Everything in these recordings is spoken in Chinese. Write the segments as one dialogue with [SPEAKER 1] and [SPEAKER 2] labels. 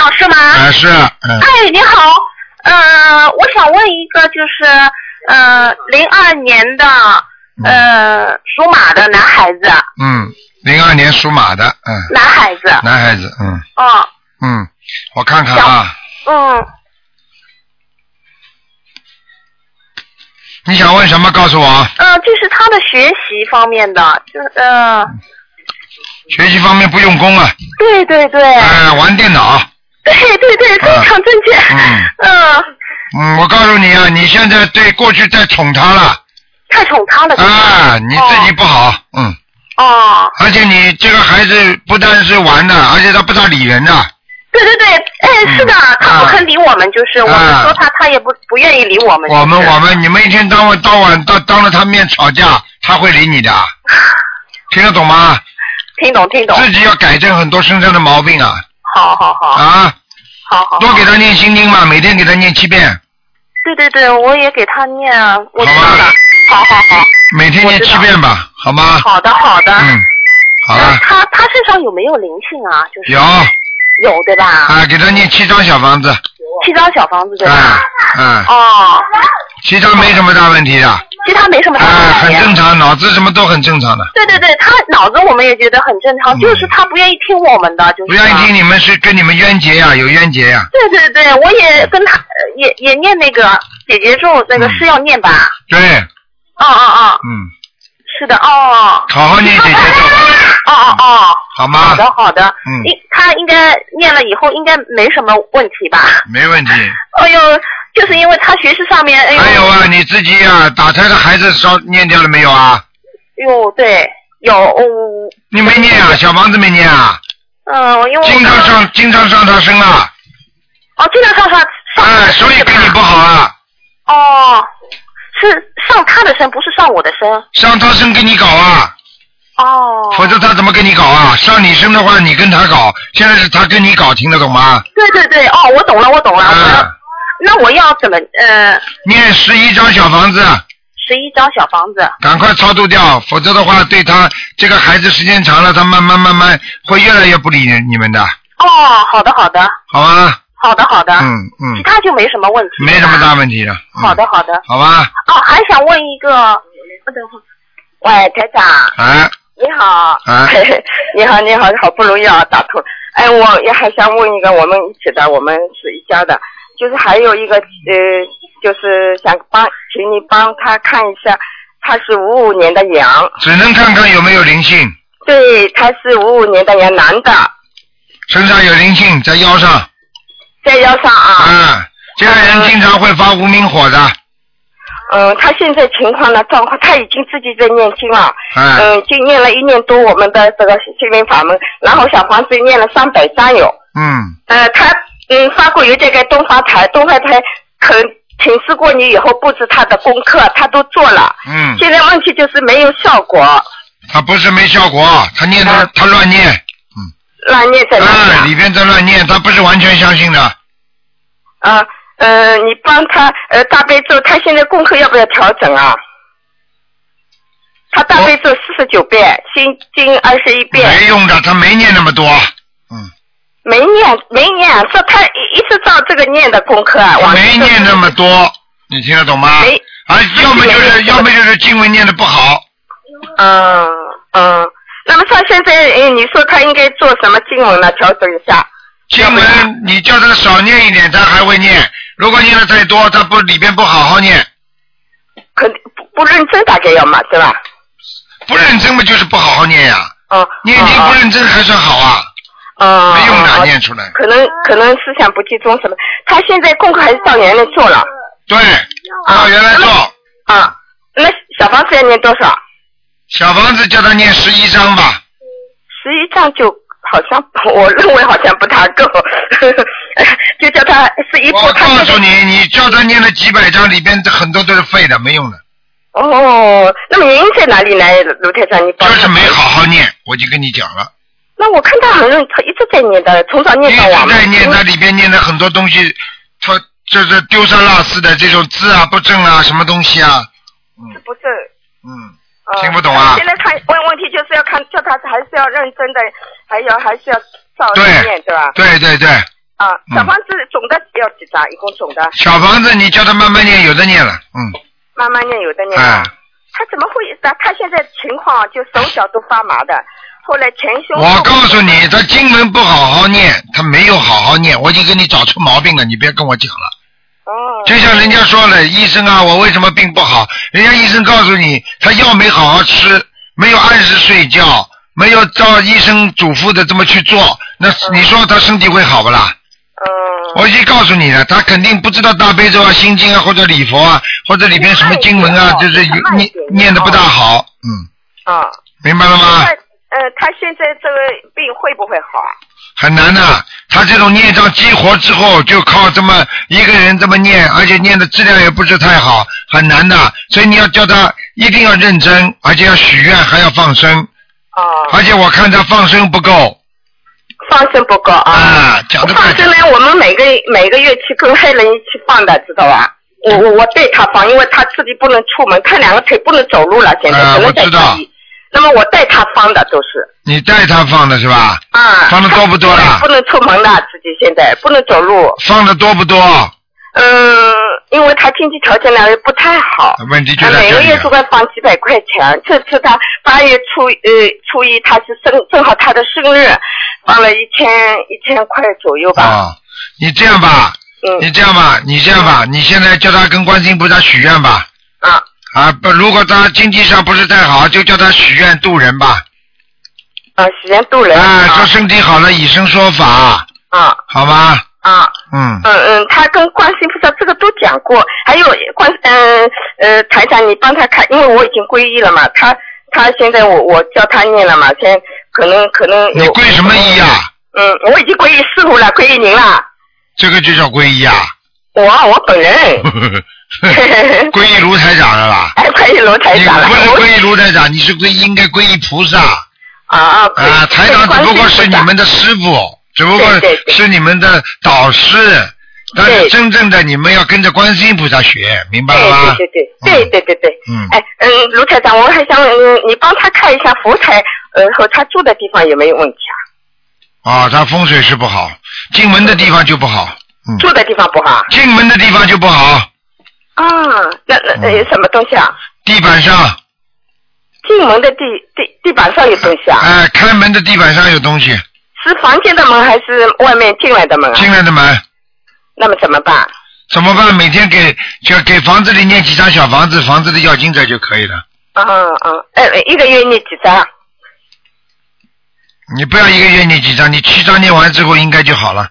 [SPEAKER 1] 啊是，嗯，
[SPEAKER 2] 哎，你好，呃，我想问一个，就是呃，零二年的呃属马的男孩子，
[SPEAKER 1] 嗯，零二年属马的，嗯，
[SPEAKER 2] 男孩子，
[SPEAKER 1] 男孩子，嗯
[SPEAKER 2] 哦，
[SPEAKER 1] 嗯，我看看啊，
[SPEAKER 2] 嗯，
[SPEAKER 1] 你想问什么？告诉我，
[SPEAKER 2] 呃，就是他的学习方面的，就是呃，
[SPEAKER 1] 嗯学习方面不用功啊，
[SPEAKER 2] 对对对，
[SPEAKER 1] 哎，玩电脑，
[SPEAKER 2] 对对对，非常正确，
[SPEAKER 1] 嗯
[SPEAKER 2] 嗯，
[SPEAKER 1] 嗯，我告诉你啊，你现在对过去在宠他了，
[SPEAKER 2] 太宠他了，
[SPEAKER 1] 啊，你自己不好，嗯，
[SPEAKER 2] 哦，
[SPEAKER 1] 而且你这个孩子不但是玩的，而且他不大理人的，
[SPEAKER 2] 对对对，
[SPEAKER 1] 嗯
[SPEAKER 2] 哎，是的，他
[SPEAKER 1] 啊
[SPEAKER 2] 不肯理我们，就是我们说他，他也不不愿意理我们，
[SPEAKER 1] 我们我们，你们一天到晚到晚到当着他面吵架，他会理你的，听得懂吗？
[SPEAKER 2] 听懂听懂，
[SPEAKER 1] 自己要改正很多身上的毛病啊
[SPEAKER 2] 好好好，
[SPEAKER 1] 啊！
[SPEAKER 2] 好好，
[SPEAKER 1] 多给他念心经嘛，每天给他念七遍，
[SPEAKER 2] 对对对，我也给他念，啊我知道
[SPEAKER 1] 好吧
[SPEAKER 2] 了，好好好，
[SPEAKER 1] 每天念七遍吧，好吗？
[SPEAKER 2] 好啊的好的。
[SPEAKER 1] 嗯，好
[SPEAKER 2] 那
[SPEAKER 1] 了，
[SPEAKER 2] 他他身上有没有灵性啊？就是
[SPEAKER 1] 有啊，
[SPEAKER 2] 有对吧？
[SPEAKER 1] 给他念七张小房子，
[SPEAKER 2] 七张小房子对
[SPEAKER 1] 啊
[SPEAKER 2] 吧？
[SPEAKER 1] 啊，
[SPEAKER 2] 哦，
[SPEAKER 1] 七张没什么大问题的，啊，
[SPEAKER 2] 其他没什么大问
[SPEAKER 1] 很
[SPEAKER 2] 题。
[SPEAKER 1] 正常，脑子什么都很正常的，
[SPEAKER 2] 对对对，他脑子我们也觉得很正常，就是他不愿意听我们的，就是。
[SPEAKER 1] 嗯不愿意听。你们是跟你们冤结呀、有冤结呀、
[SPEAKER 2] 对对对，我也跟他呃也也念那个解结咒，那个
[SPEAKER 1] 嗯
[SPEAKER 2] 是要念吧？
[SPEAKER 1] 对，
[SPEAKER 2] 哦哦哦，
[SPEAKER 1] 嗯，
[SPEAKER 2] 是的哦。
[SPEAKER 1] 好好念姐嗯姐咒，
[SPEAKER 2] 哦哦哦，
[SPEAKER 1] 好
[SPEAKER 2] 好
[SPEAKER 1] 吗？
[SPEAKER 2] 的好的，
[SPEAKER 1] 嗯
[SPEAKER 2] 应他应该念了以后应该没什么问题吧？
[SPEAKER 1] 没问题。
[SPEAKER 2] 哎呦，就是因为他学习上面，哎呦，
[SPEAKER 1] 还有啊，你自己呀、打胎的孩子烧念掉了没有啊？
[SPEAKER 2] 哟，对，有，嗯
[SPEAKER 1] 你没念啊？小房子没念啊？
[SPEAKER 2] 嗯，因为我
[SPEAKER 1] 经常上经常上他身啊，
[SPEAKER 2] 哦，经常上他上我的
[SPEAKER 1] 哎，
[SPEAKER 2] 身
[SPEAKER 1] 所以
[SPEAKER 2] 是吧
[SPEAKER 1] 对你不好啊，
[SPEAKER 2] 哦，是上他的身，不是上我的身
[SPEAKER 1] 上他身跟你搞啊，
[SPEAKER 2] 哦。
[SPEAKER 1] 否则他怎么跟你搞啊？上你身的话，你跟他搞，现在是他跟你搞，听得懂吗？
[SPEAKER 2] 对对对，哦，我懂了，我懂了。我要
[SPEAKER 1] 啊，
[SPEAKER 2] 那我要怎么？呃，
[SPEAKER 1] 念十一张小房子，
[SPEAKER 2] 十一张小房子。
[SPEAKER 1] 赶快超度掉，否则的话，对他这个孩子时间长了，他慢慢慢慢会越来越不理你们的，
[SPEAKER 2] 哦，好的好的，
[SPEAKER 1] 好吗？
[SPEAKER 2] 好的好的。
[SPEAKER 1] 嗯
[SPEAKER 2] 其
[SPEAKER 1] 嗯，
[SPEAKER 2] 他就没什么问题。
[SPEAKER 1] 没什么大问题的。嗯
[SPEAKER 2] 好的，好的。
[SPEAKER 1] 好吧，
[SPEAKER 2] 哦，还想问一个，等会儿。喂，台长。
[SPEAKER 1] 哎，
[SPEAKER 2] 你好，
[SPEAKER 1] 啊
[SPEAKER 2] 你好，你好，好不容易啊打通。哎，我也还想问一个，我们一起的，我们是一家的，就是还有一个呃，就是想帮，请你帮他看一下，他是五五年的羊，
[SPEAKER 1] 只能看看有没有灵性，
[SPEAKER 2] 对，他是五五年的羊，男的，
[SPEAKER 1] 身上有灵性在腰上，
[SPEAKER 2] 在腰上啊，
[SPEAKER 1] 啊，这个人经常会发无名火的，
[SPEAKER 2] 嗯，他现在情况呢，状况他已经自己在念经了，
[SPEAKER 1] 啊，
[SPEAKER 2] 嗯，已经念了一年多我们的这个心灵法门，然后小房子念了三百张有。
[SPEAKER 1] 嗯，
[SPEAKER 2] 呃，他嗯发过邮件给东方台，东方台肯请示过你以后布置他的功课，他都做了。
[SPEAKER 1] 嗯，
[SPEAKER 2] 现在问题就是没有效果，
[SPEAKER 1] 他不是没效果，他念他他乱念，
[SPEAKER 2] 那念在
[SPEAKER 1] 啊，
[SPEAKER 2] 哪
[SPEAKER 1] 里
[SPEAKER 2] 里
[SPEAKER 1] 边在乱念，他不是完全相信的，
[SPEAKER 2] 啊？啊，呃，你帮他呃大悲咒，他现在功课要不要调整啊？他大悲咒四十九遍，心经二十一遍，
[SPEAKER 1] 没用的，他没念那么多，嗯
[SPEAKER 2] 没念没念，说他一一直照这个念的功课啊，
[SPEAKER 1] 他
[SPEAKER 2] 往
[SPEAKER 1] 没
[SPEAKER 2] 生咒
[SPEAKER 1] 念那么多，你听得懂吗？
[SPEAKER 2] 没
[SPEAKER 1] 啊，要么就是
[SPEAKER 2] 没
[SPEAKER 1] 要么就是经文念的不好，
[SPEAKER 2] 嗯，嗯，那么他现在，哎，你说他应该做什么经文呢？调整一下。
[SPEAKER 1] 经文你叫他少念一点，他还会念，如果念的太多，他不里边不好好念，
[SPEAKER 2] 肯不不认真，大概要嘛，对吧？
[SPEAKER 1] 不认真嘛就是不好好念呀、
[SPEAKER 2] 嗯，
[SPEAKER 1] 念经不认真还算好啊，
[SPEAKER 2] 嗯，
[SPEAKER 1] 没用的
[SPEAKER 2] 嗯
[SPEAKER 1] 念出来，
[SPEAKER 2] 可能可能思想不集中什么，他现在功课还是照原来做了
[SPEAKER 1] 对，
[SPEAKER 2] 啊
[SPEAKER 1] 照原来做。
[SPEAKER 2] 啊。那小房子要念多少？
[SPEAKER 1] 小房子叫他念十一章吧，
[SPEAKER 2] 十一张就好像 我认为好像不大够， 就叫他是一步
[SPEAKER 1] 我
[SPEAKER 2] 他
[SPEAKER 1] 告
[SPEAKER 2] 现在
[SPEAKER 1] 诉你，你叫他念了几百章，里边很多都是废的，没用的，
[SPEAKER 2] 哦，那么原因在哪里呢？卢台长，你
[SPEAKER 1] 就
[SPEAKER 2] 帮我
[SPEAKER 1] 是没好好念。我就跟你讲了，
[SPEAKER 2] 那我看他好像他一直在念的，从早
[SPEAKER 1] 一
[SPEAKER 2] 念到
[SPEAKER 1] 直
[SPEAKER 2] 晚嘛。
[SPEAKER 1] 在念，它里边念的很多东西，他就是丢三落四的这种字啊、不正啊、什么东西啊，
[SPEAKER 2] 不是。
[SPEAKER 1] 嗯，
[SPEAKER 2] 呃
[SPEAKER 1] 听不懂啊
[SPEAKER 2] 现在他问问题就是要看，叫他还是要认真的，还有还是要照着
[SPEAKER 1] 对
[SPEAKER 2] 念，对吧？
[SPEAKER 1] 对对对，
[SPEAKER 2] 啊，小
[SPEAKER 1] 嗯
[SPEAKER 2] 房子总的要几张？一共总的
[SPEAKER 1] 小房子你叫他慢慢念，有的念了，嗯，
[SPEAKER 2] 慢慢念，有的念啊
[SPEAKER 1] 哎。，
[SPEAKER 2] 他怎么会？他他现在情况就手脚都发麻的，后来前胸。
[SPEAKER 1] 我告诉你，他经文不好好念，他没有好好念，我已经给你找出毛病了，你别跟我讲了。
[SPEAKER 2] 哦。
[SPEAKER 1] 就像人家说了，医生啊，我为什么病不好？人家医生告诉你，他药没好好吃，没有按时睡觉，没有照医生嘱咐的这么去做，那你说他身体会好不啦？
[SPEAKER 2] 嗯。
[SPEAKER 1] 我已经告诉你了，他肯定不知道大悲咒啊、心经啊，或者礼佛啊，或者里边什么经文啊，
[SPEAKER 2] 慢
[SPEAKER 1] 就
[SPEAKER 2] 一点
[SPEAKER 1] 是有
[SPEAKER 2] 慢一
[SPEAKER 1] 念
[SPEAKER 2] 点
[SPEAKER 1] 念的不大好，嗯，
[SPEAKER 2] 啊。
[SPEAKER 1] 明白了
[SPEAKER 2] 那
[SPEAKER 1] 吗？
[SPEAKER 2] 呃，他现在这个病会不会好啊？
[SPEAKER 1] 很难呐、他这种孽障激活之后，就靠这么一个人这么念，而且念的质量也不是太好，很难的、所以你要叫他一定要认真，而且要许愿，还要放生。
[SPEAKER 2] 哦。
[SPEAKER 1] 而且我看他放生不够
[SPEAKER 2] 放生不够啊。
[SPEAKER 1] 啊，讲的
[SPEAKER 2] 放
[SPEAKER 1] 快
[SPEAKER 2] 生
[SPEAKER 1] 点。
[SPEAKER 2] 呢，我们每个每个月去跟黑人一起放的，知道吧？我我我对他放，因为他自己不能出门，他两个腿不能走路了，现在
[SPEAKER 1] 啊
[SPEAKER 2] 只
[SPEAKER 1] 我
[SPEAKER 2] 能在
[SPEAKER 1] 知道
[SPEAKER 2] 家里。那么我带他放的都是。
[SPEAKER 1] 你带他放的是吧？
[SPEAKER 2] 啊，
[SPEAKER 1] 放得多不多啦
[SPEAKER 2] 不能出门了，自己现在不能走路。
[SPEAKER 1] 放的多不多？
[SPEAKER 2] 嗯，因为他经济条件呢也不太好，
[SPEAKER 1] 问题就
[SPEAKER 2] 他
[SPEAKER 1] 在
[SPEAKER 2] 每
[SPEAKER 1] 这
[SPEAKER 2] 个
[SPEAKER 1] 里
[SPEAKER 2] 月
[SPEAKER 1] 啊
[SPEAKER 2] 都。该放几百块钱。这次他八月初呃初一，他是生正好他的生日，放了一千一千块左右吧。
[SPEAKER 1] 啊，你这样吧，
[SPEAKER 2] 嗯
[SPEAKER 1] 你这样吧，你这样吧，你现在叫他跟观世音菩萨许愿吧。
[SPEAKER 2] 啊，
[SPEAKER 1] 啊，不，如果他经济上不是太好，就叫他许愿渡人吧。
[SPEAKER 2] 啊，许愿渡人
[SPEAKER 1] 啊，说
[SPEAKER 2] 啊
[SPEAKER 1] 身体好了以身说法，
[SPEAKER 2] 啊
[SPEAKER 1] 好吗？
[SPEAKER 2] 啊
[SPEAKER 1] 嗯，
[SPEAKER 2] 嗯嗯，他跟观世音菩萨这个都讲过，还有观嗯呃台长，你帮他看，因为我已经皈依了嘛，他他现在我我教他念了嘛，现在可能可能
[SPEAKER 1] 你
[SPEAKER 2] 有
[SPEAKER 1] 皈什么依啊？
[SPEAKER 2] 嗯，我已经皈依师傅了，皈依您了，
[SPEAKER 1] 这个就叫皈 依啊，
[SPEAKER 2] 我我本 人，
[SPEAKER 1] 皈依卢台长了啦。
[SPEAKER 2] 哎，皈依罗台
[SPEAKER 1] 你
[SPEAKER 2] 长了，
[SPEAKER 1] 不是
[SPEAKER 2] 我
[SPEAKER 1] 皈依卢台长，你是皈应该皈依菩萨
[SPEAKER 2] 啊啊，皈依
[SPEAKER 1] 啊。台长只不过是你们的师傅，只不过
[SPEAKER 2] 对对对
[SPEAKER 1] 是你们的导师，但是
[SPEAKER 2] 对
[SPEAKER 1] 真正的你们要跟着观世音菩萨学，明白
[SPEAKER 2] 对
[SPEAKER 1] 了吗？
[SPEAKER 2] 哎对对对对对对对，
[SPEAKER 1] 嗯
[SPEAKER 2] 哎嗯，卢台长，我还想嗯你帮他看一下佛台，呃和他住的地方有没有问题啊？
[SPEAKER 1] 啊，他风水是不好，进门的地方就不好，嗯，
[SPEAKER 2] 住的地方不好啊？
[SPEAKER 1] 进门的地方就不好，
[SPEAKER 2] 啊，那那那
[SPEAKER 1] 嗯
[SPEAKER 2] 有什么东西啊？
[SPEAKER 1] 地板上，
[SPEAKER 2] 进门的地地地板上有东西啊？
[SPEAKER 1] 哎、开门的地板上有东西，
[SPEAKER 2] 是房间的门还是外面进来的门啊？
[SPEAKER 1] 进来的门。
[SPEAKER 2] 那么怎么办？
[SPEAKER 1] 怎么办？每天给就给房子里念几张小房子，房子的要经者就可以了。
[SPEAKER 2] 啊啊，哎，哎一个月念几张？
[SPEAKER 1] 你不要一个月念几张，你七张念完之后应该就好了。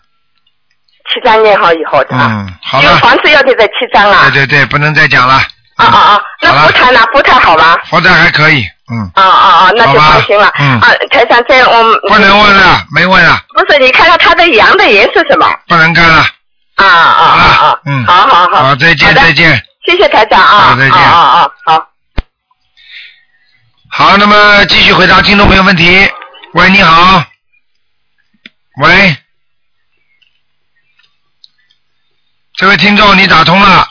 [SPEAKER 2] 七张念好以后的啊。
[SPEAKER 1] 嗯，好
[SPEAKER 2] 因为
[SPEAKER 1] 了，
[SPEAKER 2] 房子要得在七张啊。
[SPEAKER 1] 对对对，不能再讲了。
[SPEAKER 2] 啊啊啊！
[SPEAKER 1] 好
[SPEAKER 2] 那
[SPEAKER 1] 了
[SPEAKER 2] 佛台呢？佛台好吧？
[SPEAKER 1] 佛台还可以，嗯，
[SPEAKER 2] 啊啊啊！那就放心了。
[SPEAKER 1] 好吧嗯
[SPEAKER 2] 啊，台长，这样我们
[SPEAKER 1] 不能问了，没问了，
[SPEAKER 2] 不是你看看它的羊的颜色什么？
[SPEAKER 1] 不能看了。
[SPEAKER 2] 啊啊啊
[SPEAKER 1] 好了
[SPEAKER 2] 啊！
[SPEAKER 1] 嗯
[SPEAKER 2] 好好好。
[SPEAKER 1] 好，再见
[SPEAKER 2] 好的
[SPEAKER 1] 再。见。
[SPEAKER 2] 谢谢台长啊！
[SPEAKER 1] 好再见
[SPEAKER 2] 啊啊啊！好。
[SPEAKER 1] 好，那么继续回答听众朋友问题。喂，你好。喂，这位听众，你打通了。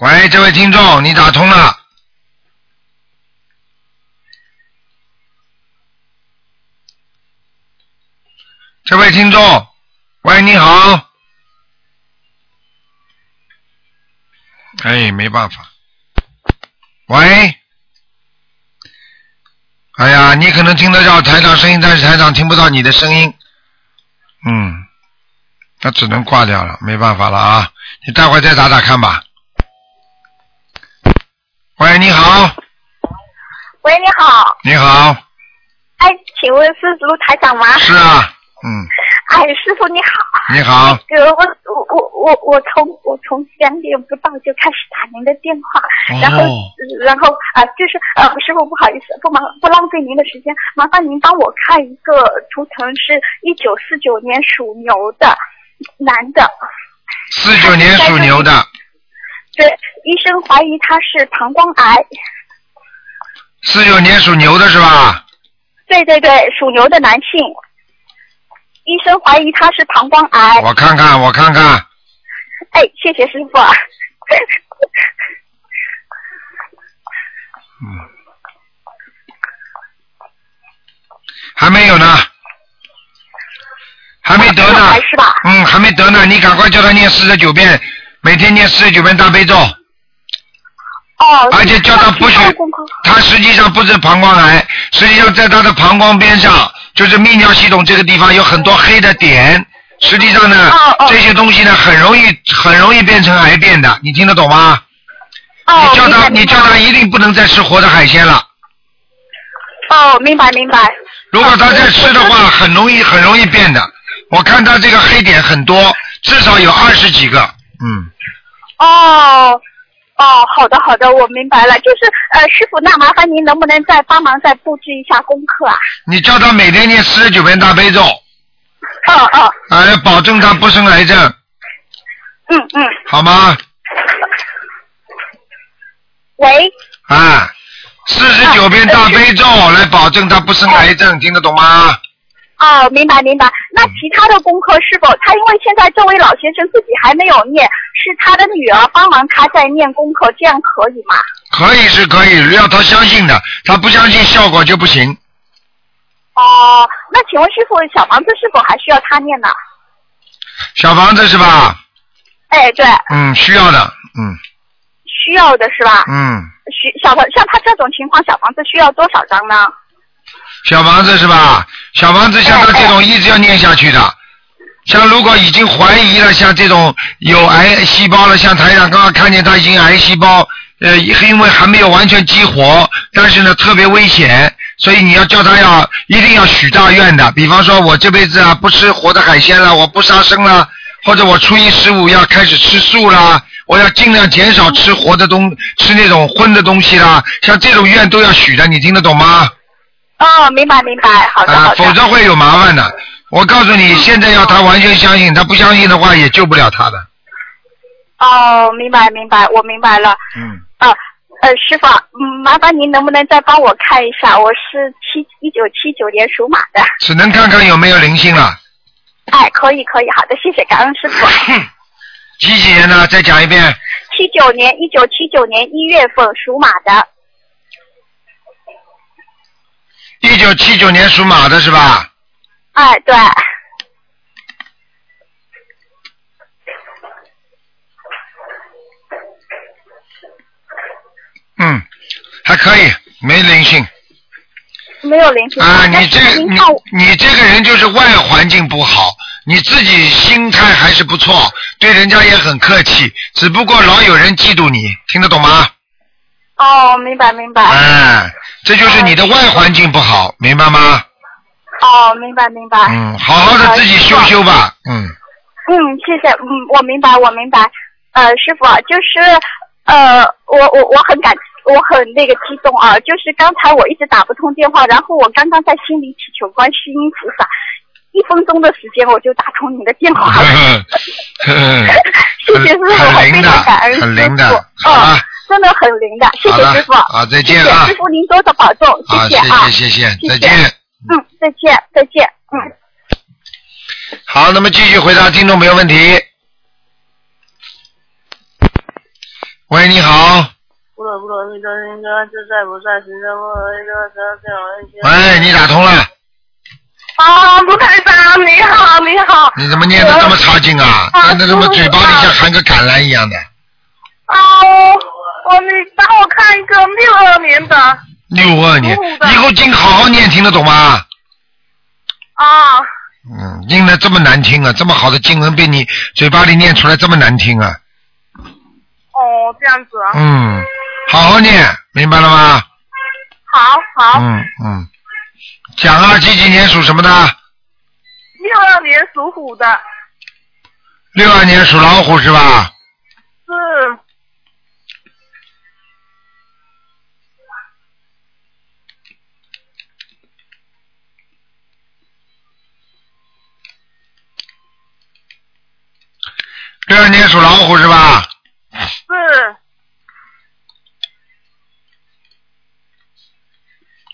[SPEAKER 1] 喂，这位听众，你打通了。这位听众，喂，你好。哎，没办法。喂，哎呀，你可能听得到台长声音，但是台长听不到你的声音。嗯，那只能挂掉了，没办法了啊！你待会儿再打打看吧。喂，你好，
[SPEAKER 3] 喂，你好，
[SPEAKER 1] 你好，
[SPEAKER 3] 哎，请问是卢台长吗？
[SPEAKER 1] 是啊，嗯，
[SPEAKER 3] 哎，师傅你好，
[SPEAKER 1] 你好，
[SPEAKER 3] 呃，我我我我我从我从两点不到就开始打您的电话，然后、
[SPEAKER 1] 哦，
[SPEAKER 3] 然后啊、就是呃，师傅不好意思，不忙不浪费您的时间，麻烦您帮我看一个图腾，是一九四九年属牛的男的，
[SPEAKER 1] 四九年属牛的，
[SPEAKER 3] 对，医生怀疑他是膀胱癌，
[SPEAKER 1] 四九年属牛的是吧？
[SPEAKER 3] 对对对，属牛的男性，医生怀疑他是膀胱癌，
[SPEAKER 1] 我看看，我看看，
[SPEAKER 3] 哎，谢谢师傅。
[SPEAKER 1] 还没有呢，
[SPEAKER 3] 来是吧？
[SPEAKER 1] 嗯，还没得呢，你赶快叫他念四十九遍，每天念四十九遍大悲咒，
[SPEAKER 3] 哦，
[SPEAKER 1] 而且叫他不许
[SPEAKER 3] 那我功课
[SPEAKER 1] 他实际上不是膀胱癌，实际上在他的膀胱边上，就是泌尿系统这个地方有很多黑的点，实际上呢
[SPEAKER 3] 哦，哦
[SPEAKER 1] 这些东西呢很容易很容易变成癌变的，你听得懂吗？
[SPEAKER 3] 哦，
[SPEAKER 1] 你叫
[SPEAKER 3] 明
[SPEAKER 1] 他
[SPEAKER 3] 白
[SPEAKER 1] 你叫他一定不能再吃活的海鲜了。
[SPEAKER 3] 哦，明白明白。
[SPEAKER 1] 如果他再吃的话，很容易很容易变的。我看他这个黑点很多，至少有二十几个。嗯，
[SPEAKER 3] 哦，哦，好的好的，我明白了。就是呃，师傅，那麻烦您能不能再帮忙再布置一下功课啊？
[SPEAKER 1] 你叫他每天念四十九遍大悲咒，
[SPEAKER 3] 哦哦，
[SPEAKER 1] 哎，保证他不生癌症，
[SPEAKER 3] 嗯嗯，
[SPEAKER 1] 好吗？
[SPEAKER 3] 喂，
[SPEAKER 1] 啊，四十九遍大悲咒来保证他不生癌症，听得懂吗？
[SPEAKER 3] 哦，明白明白。那
[SPEAKER 1] 嗯
[SPEAKER 3] 其他的功课是否他因为现在这位老先生自己还没有念，是他的女儿帮忙他在念功课，这样可以吗？
[SPEAKER 1] 可以是可以，要他相信的，他不相信效果就不行。
[SPEAKER 3] 哦，那请问师傅，小房子是否还需要他念呢？
[SPEAKER 1] 小房子是吧？
[SPEAKER 3] 哎，对，
[SPEAKER 1] 嗯，需要的，嗯
[SPEAKER 3] 需要的是吧？
[SPEAKER 1] 嗯，
[SPEAKER 3] 需小房像他这种情况，小房子需要多少张呢？
[SPEAKER 1] 小房子是吧？小房子像他这种一直要念下去的，像如果已经怀疑了，像这种有癌细胞了，像台长刚刚看见他已经癌细胞，呃，因为还没有完全激活，但是呢特别危险，所以你要叫他要一定要许大愿的，比方说我这辈子啊不吃活的海鲜了，我不杀生了，或者我初一十五要开始吃素啦。我要尽量减少吃活的东，吃那种荤的东西啦，像这种愿都要许的，你听得懂吗？
[SPEAKER 3] 哦，明白明白，好的
[SPEAKER 1] 啊
[SPEAKER 3] 好，的。
[SPEAKER 1] 否则会有麻烦的。我告诉你，现在要他完全相信，他不相信的话也救不了他的。
[SPEAKER 3] 哦，明白明白，我明白了。
[SPEAKER 1] 嗯，
[SPEAKER 3] 啊，呃，师傅啊，嗯，麻烦您能不能再帮我看一下，我是七一九七九年属马的。
[SPEAKER 1] 只能看看有没有灵性了。
[SPEAKER 3] 哎，可以可以，好的，谢谢，感恩师傅。
[SPEAKER 1] 几几年呢？再讲一遍。
[SPEAKER 3] 七九年，一九七九年一月份属马的。
[SPEAKER 1] 一九七九年属马的是吧？
[SPEAKER 3] 哎，对，
[SPEAKER 1] 嗯，还可以，没灵性
[SPEAKER 3] 没有联系。
[SPEAKER 1] 啊。
[SPEAKER 3] 那
[SPEAKER 1] 你这
[SPEAKER 3] 请您
[SPEAKER 1] 你
[SPEAKER 3] 看我
[SPEAKER 1] 你这个人就是外环境不好，你自己心态还是不错，对人家也很客气，只不过老有人嫉妒你，听得懂吗？
[SPEAKER 3] 哦，明白明白。
[SPEAKER 1] 哎，这就是你的外环境不好，明白吗？
[SPEAKER 3] 哦，明白明白。
[SPEAKER 1] 嗯，好好的自己修修吧。嗯，
[SPEAKER 3] 嗯，谢谢，嗯，我明白，我明白。呃，师傅啊，就是呃，我我我很感，我很那个激动啊，就是刚才我一直打不通电话，然后我刚刚在心里祈求观世音菩萨，一分钟的时间我就打通你的电话了。
[SPEAKER 1] 嗯
[SPEAKER 3] 谢谢师傅，
[SPEAKER 1] 哎很
[SPEAKER 3] 非
[SPEAKER 1] 灵
[SPEAKER 3] 常感恩
[SPEAKER 1] 的，
[SPEAKER 3] 师
[SPEAKER 1] 很
[SPEAKER 3] 傅，
[SPEAKER 1] 灵的。好
[SPEAKER 3] 嗯
[SPEAKER 1] 了，，
[SPEAKER 3] 真的很灵的， 谢
[SPEAKER 1] 好
[SPEAKER 3] 谢师
[SPEAKER 1] 了
[SPEAKER 3] 傅，，
[SPEAKER 1] 好，再
[SPEAKER 3] 谢
[SPEAKER 1] 见
[SPEAKER 3] 谢
[SPEAKER 1] 啊
[SPEAKER 3] 师！傅，您多多保重，
[SPEAKER 1] 啊，
[SPEAKER 3] 谢啊，
[SPEAKER 1] 谢谢谢
[SPEAKER 3] 谢
[SPEAKER 1] 再见。
[SPEAKER 3] 嗯，再见，再见，嗯。
[SPEAKER 1] 好，那么继续回答听众朋友问题。喂，你好，
[SPEAKER 4] 不懂不懂，那个那个这在不在？行政问那个这这样一些。
[SPEAKER 1] 喂，你打通了，
[SPEAKER 4] 啊，卢台长，你好，你好。
[SPEAKER 1] 你怎么念的这么差劲啊？念的怎么嘴巴里像含个橄榄一样的？
[SPEAKER 4] 啊，我我你帮我看一个六二年的
[SPEAKER 1] 六二年，以后经好好念，听得懂吗？
[SPEAKER 4] 啊，
[SPEAKER 1] 嗯，念的这么难听啊，这么好的经文被你嘴巴里念出来这么难听啊，
[SPEAKER 4] 哦，这样子啊，
[SPEAKER 1] 嗯，好好念，明白了吗？
[SPEAKER 4] 好好。
[SPEAKER 1] 嗯嗯，讲啊，几几年属什么的？
[SPEAKER 4] 六二年属虎的，
[SPEAKER 1] 六二年属老虎是吧？
[SPEAKER 4] 是
[SPEAKER 1] 六二年属老虎是吧？
[SPEAKER 4] 是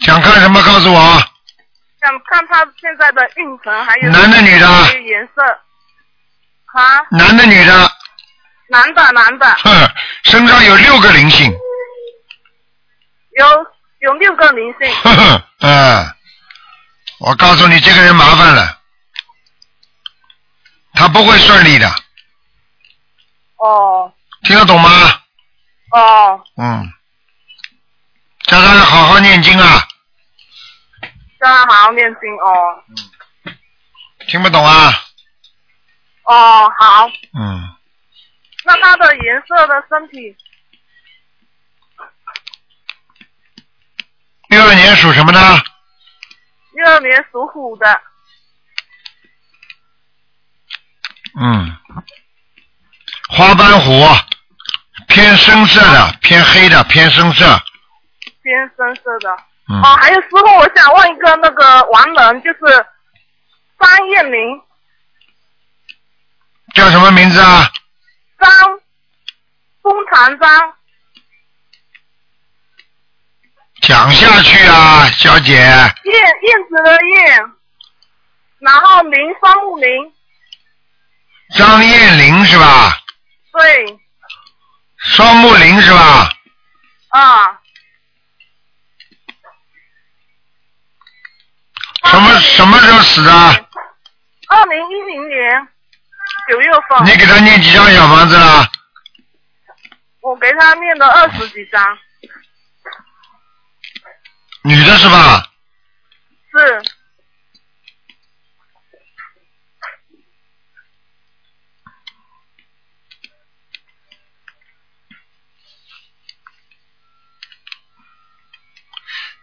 [SPEAKER 1] 想看什么告诉我？
[SPEAKER 4] 想看他现在的运程，还有
[SPEAKER 1] 男的女的
[SPEAKER 4] 还有颜色。啊，
[SPEAKER 1] 男的女的？
[SPEAKER 4] 男的男的，
[SPEAKER 1] 哼，身上有六个灵性，
[SPEAKER 4] 有有六个灵性，
[SPEAKER 1] 呵呵， 嗯，我告诉你，这个人麻烦了，他不会顺利的，
[SPEAKER 4] 哦
[SPEAKER 1] 听得懂吗？
[SPEAKER 4] 哦，
[SPEAKER 1] 嗯，叫他好好念经啊，
[SPEAKER 4] 叫他好好念经哦
[SPEAKER 1] 听不懂啊？
[SPEAKER 4] 哦好。
[SPEAKER 1] 嗯，
[SPEAKER 4] 那他的颜色的身体
[SPEAKER 1] 六二年属什么呢？
[SPEAKER 4] 六二年属虎的，
[SPEAKER 1] 嗯，花斑虎，偏深色的，偏黑的，偏深色。
[SPEAKER 4] 偏深色的。
[SPEAKER 1] 嗯，
[SPEAKER 4] 哦，还有师傅，我想问一个那个亡人，就是张艳玲，
[SPEAKER 1] 叫什么名字啊？
[SPEAKER 4] 张弓长张，
[SPEAKER 1] 讲下去啊，小姐。
[SPEAKER 4] 燕燕子的燕，然后林双木林，
[SPEAKER 1] 张艳玲是吧？
[SPEAKER 4] 对，
[SPEAKER 1] 双木林是吧？
[SPEAKER 4] 啊。
[SPEAKER 1] 什么什么时候死的？
[SPEAKER 4] 二零一零年九月份，
[SPEAKER 1] 你给他念几张小房子了？
[SPEAKER 4] 我给他念了二十几张，
[SPEAKER 1] 女的是吧？
[SPEAKER 4] 是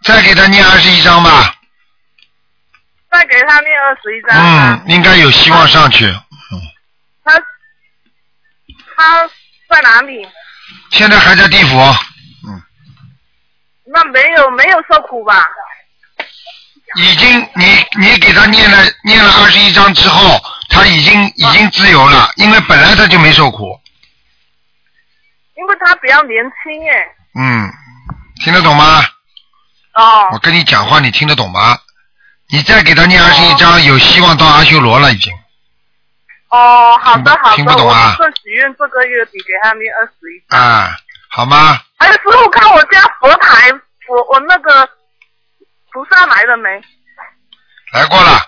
[SPEAKER 1] 再给他念二十一张吧。
[SPEAKER 4] 再给他念二十一张。啊
[SPEAKER 1] 嗯，应该有希望上去。
[SPEAKER 4] 他他在哪里？
[SPEAKER 1] 现在还在地府，
[SPEAKER 4] 那没有没有受苦吧？
[SPEAKER 1] 已经你你给他念了念了二十一章之后，他已经已经自由了，因为本来他就没受苦。
[SPEAKER 4] 因为他比较年轻耶。
[SPEAKER 1] 嗯，听得懂吗？我
[SPEAKER 4] 哦
[SPEAKER 1] 跟你讲话，你听得懂吗？你再给他念二十一章，有希望到阿修罗了已经。
[SPEAKER 4] 哦，好的
[SPEAKER 1] 听不
[SPEAKER 4] 好的，
[SPEAKER 1] 听不懂啊
[SPEAKER 4] 我是许愿这个月底给他念二十一。
[SPEAKER 1] 啊，好吗？
[SPEAKER 4] 还有师傅，看我家佛台，我我那个菩萨来了没？
[SPEAKER 1] 来过了。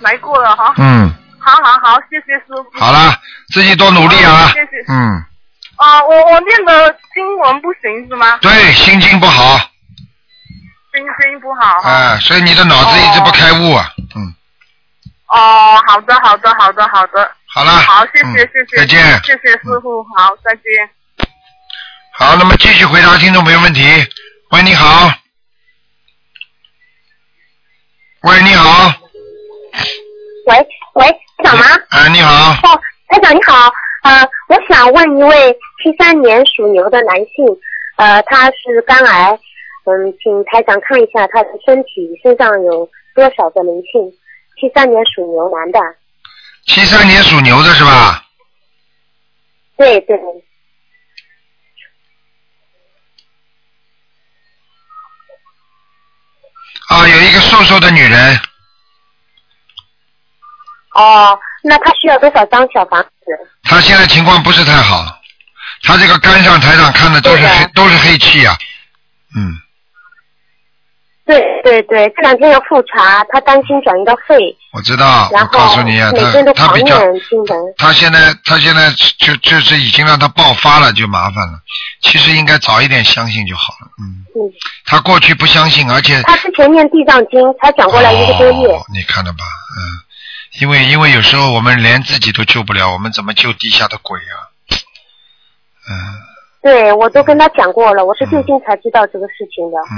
[SPEAKER 4] 来过了哈，
[SPEAKER 1] 嗯，
[SPEAKER 4] 好好好，谢谢师傅。
[SPEAKER 1] 好了，自己多努力啊
[SPEAKER 4] 好谢谢。
[SPEAKER 1] 嗯，
[SPEAKER 4] 啊，我我念的经文不行是吗？
[SPEAKER 1] 对，心经不好，
[SPEAKER 4] 心经不好哈。
[SPEAKER 1] 啊，所以你的脑子一直不开悟啊。嗯，
[SPEAKER 4] 哦，好的好的好的好的，
[SPEAKER 1] 好了。
[SPEAKER 4] 好，谢
[SPEAKER 1] 嗯
[SPEAKER 4] 谢谢谢，
[SPEAKER 1] 再见。嗯
[SPEAKER 4] 谢谢师傅，好，再见。
[SPEAKER 1] 好，那么继续回答听众朋友问题。喂，你好。喂，你好。
[SPEAKER 3] 喂喂，台长吗？
[SPEAKER 1] 哎，你好，
[SPEAKER 3] 哦，台长你好，呃，我想问一位七三年属牛的男性，呃，他是肝癌，嗯，请台长看一下他的身体身上有多少个灵性。七三年属牛男的，
[SPEAKER 1] 七三年属牛的是吧？
[SPEAKER 3] 对对，
[SPEAKER 1] 啊，有一个瘦瘦的女人，
[SPEAKER 3] 哦，那他需要多少张小房子？
[SPEAKER 1] 她现在情况不是太好，她这个肝上台上看的都是
[SPEAKER 3] 对
[SPEAKER 1] 黑
[SPEAKER 3] 的
[SPEAKER 1] 都是黑气啊，嗯，
[SPEAKER 3] 对对对，这两天要复查，他担心转移到肺，
[SPEAKER 1] 我知道，我
[SPEAKER 3] 然
[SPEAKER 1] 告
[SPEAKER 3] 后
[SPEAKER 1] 诉你啊，
[SPEAKER 3] 每天都
[SPEAKER 1] 她她
[SPEAKER 3] 狂
[SPEAKER 1] 比较
[SPEAKER 3] 念经文。
[SPEAKER 1] 他现在他现在就就是已经让他爆发了，就麻烦了。其实应该早一点相信就好了。嗯，
[SPEAKER 3] 嗯，
[SPEAKER 1] 他过去不相信，而且
[SPEAKER 3] 他之前念地藏经才转啊过来一个多月。
[SPEAKER 1] 哎哦你看了吧？嗯，因为因为有时候我们连自己都救不了，我们怎么救地下的鬼啊？嗯
[SPEAKER 3] 对，我都跟他讲过了，我是最近才知道这个事情的。
[SPEAKER 1] 嗯，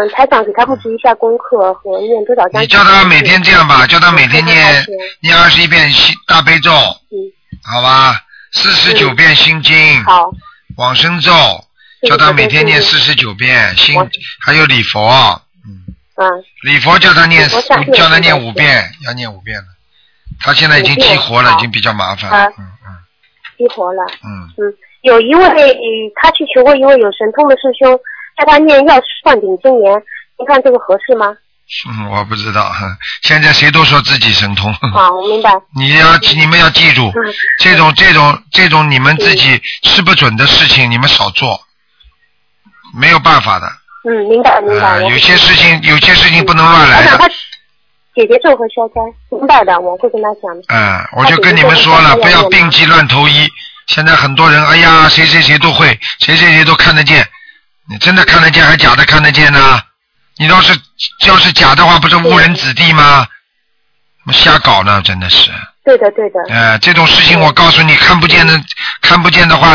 [SPEAKER 3] 嗯，台长给他布置一下功课和念多少章。
[SPEAKER 1] 你叫他每天这样吧，叫他每天念
[SPEAKER 3] 嗯
[SPEAKER 1] 念二十一遍心大悲咒，
[SPEAKER 3] 嗯，
[SPEAKER 1] 好吧？四十九遍心经，
[SPEAKER 3] 好，
[SPEAKER 1] 往生咒，叫他每天念四十九遍心
[SPEAKER 3] 往，
[SPEAKER 1] 还有礼佛。
[SPEAKER 3] 嗯，
[SPEAKER 1] 礼佛叫他念
[SPEAKER 3] 礼佛上，去
[SPEAKER 1] 叫他念五遍，要念五遍了。他现在已经激活
[SPEAKER 3] 五
[SPEAKER 1] 了，
[SPEAKER 3] 遍
[SPEAKER 1] 已经比较麻烦了。嗯嗯
[SPEAKER 3] 激活了。
[SPEAKER 1] 嗯，
[SPEAKER 3] 嗯，有一位呃他去求过一位有神通的师兄，叫他念药师灌顶真言，您看这个合适吗？
[SPEAKER 1] 嗯，我不知道。 哼现在谁都说自己神通，
[SPEAKER 3] 好，我明白。
[SPEAKER 1] 你要你们要记住，
[SPEAKER 3] 嗯，
[SPEAKER 1] 这种这种这种你们自己吃不准的事情，你们少做，没有办法的。
[SPEAKER 3] 嗯，明白明白。
[SPEAKER 1] 啊，
[SPEAKER 3] 我
[SPEAKER 1] 有些事情有些事情不能乱来
[SPEAKER 3] 台长
[SPEAKER 1] 的
[SPEAKER 3] 他。
[SPEAKER 5] 解决咒和消灾，明白的，我会跟他讲的。
[SPEAKER 1] 嗯，我就跟你们说了，不要病急乱投医。现在很多人，哎呀，谁谁谁都会，谁谁谁都看得见。你真的看得见还假的看得见呢？你要是要是假的话，不是误人子弟吗？瞎搞呢，真的是。
[SPEAKER 5] 对的，对的，
[SPEAKER 1] 呃，这种事情我告诉你，看不见的，看不见的话，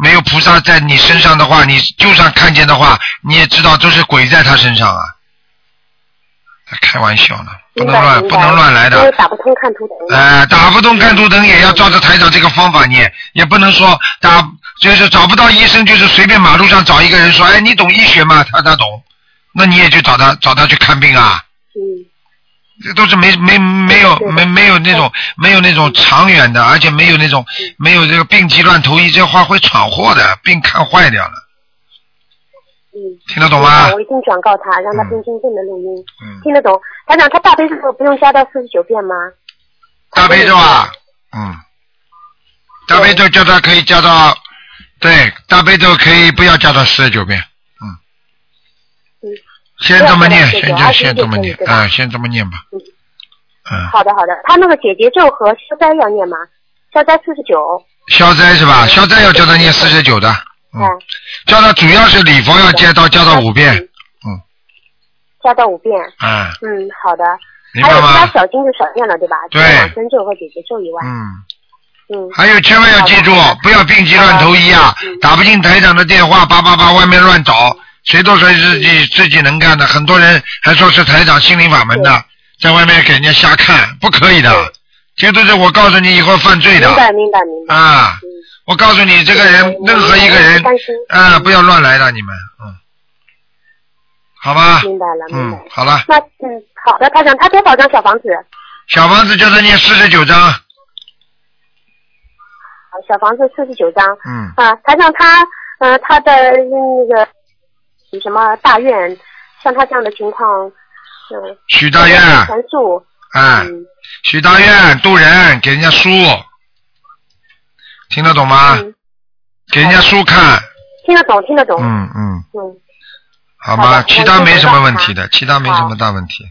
[SPEAKER 1] 没有菩萨在你身上的话，你就算看见的话，你也知道都是鬼在他身上啊。开玩笑呢，不
[SPEAKER 5] 明
[SPEAKER 1] 能
[SPEAKER 5] 白
[SPEAKER 1] 乱，
[SPEAKER 5] 明
[SPEAKER 1] 不
[SPEAKER 5] 白。
[SPEAKER 1] 能乱来的。
[SPEAKER 5] 因为打不通看图腾。
[SPEAKER 1] 呃，打不动看图腾也要照着台长这个方法念，也不能说打就是找不到医生，就是随便马路上找一个人说，哎，你懂医学吗？他他懂，那你也去找他找他去看病啊，
[SPEAKER 5] 嗯，
[SPEAKER 1] 这都是没没没有没没有那种没有那种长远的，而且没有那种没有这个病急乱投医，这话会闯祸的，病看坏掉了，
[SPEAKER 5] 嗯，
[SPEAKER 1] 听得懂吗
[SPEAKER 5] 我？一定转告他，让他听真正的录音，
[SPEAKER 1] 嗯，
[SPEAKER 5] 听得懂。台长，他大悲咒不用加到四十九遍吗？
[SPEAKER 1] 大悲咒啊，嗯，大悲咒叫他可以加到，对，大悲咒可以不要加到四十九遍，嗯，
[SPEAKER 5] 嗯
[SPEAKER 1] 先这么念，
[SPEAKER 5] 不要
[SPEAKER 1] 先
[SPEAKER 5] 加
[SPEAKER 1] 就
[SPEAKER 5] 到49
[SPEAKER 1] 先这么念
[SPEAKER 5] 二十一遍可以对，吧
[SPEAKER 1] 啊、先这么念吧，嗯，
[SPEAKER 5] 好的，好的。他那个解结咒和消灾要念吗？消灾四十九，
[SPEAKER 1] 消灾是
[SPEAKER 5] 嗯
[SPEAKER 1] 吧？消灾要叫他念四十九的，嗯
[SPEAKER 5] 哎，
[SPEAKER 1] 叫他主要是礼佛要加到加到五遍，嗯，
[SPEAKER 5] 加到五遍。
[SPEAKER 1] 啊、
[SPEAKER 5] 嗯，好的。
[SPEAKER 1] 明
[SPEAKER 5] 还
[SPEAKER 1] 白
[SPEAKER 5] 有其他
[SPEAKER 1] 吗？
[SPEAKER 5] 小经就少念了，对吧？除
[SPEAKER 1] 对
[SPEAKER 5] 了往生咒和解结咒以外，
[SPEAKER 1] 嗯。
[SPEAKER 5] 嗯，
[SPEAKER 1] 还有，千万要记住，不要病急乱投医啊！打不进台长的电话，叭叭叭，外面乱找，谁都说自
[SPEAKER 5] 嗯
[SPEAKER 1] 己自己能干的，很多人还说是台长心灵法门的，在外面给人家瞎看，不可以的。这都是我告诉你以后犯罪
[SPEAKER 5] 明
[SPEAKER 1] 的
[SPEAKER 5] 白，嗯明白，明白。
[SPEAKER 1] 啊！我告诉你，这个人啊任何一个人
[SPEAKER 5] 担心
[SPEAKER 1] 啊，不要乱来了，你们，嗯，好吧，
[SPEAKER 5] 明白了，明
[SPEAKER 1] 嗯
[SPEAKER 5] 白了，。
[SPEAKER 1] 好了，
[SPEAKER 5] 那嗯，好的，台长，他多少张小房子？
[SPEAKER 1] 小房子叫他念四十九章，
[SPEAKER 5] 小房子四十九张。
[SPEAKER 1] 嗯，
[SPEAKER 5] 啊，台长他，呃，他的嗯那个什么大愿，像他这样的情况，嗯、
[SPEAKER 1] 许大愿，
[SPEAKER 5] 全数，
[SPEAKER 1] 啊。
[SPEAKER 5] 嗯，
[SPEAKER 1] 许大愿、渡人，给人家书，听得懂吗？
[SPEAKER 5] 嗯
[SPEAKER 1] 给人家书看，
[SPEAKER 5] 听得懂，听得懂，
[SPEAKER 1] 嗯嗯，
[SPEAKER 5] 嗯，
[SPEAKER 1] 好
[SPEAKER 5] 好
[SPEAKER 1] 吗？
[SPEAKER 5] 的
[SPEAKER 1] 其他没什么问题的，其他没什么大问题。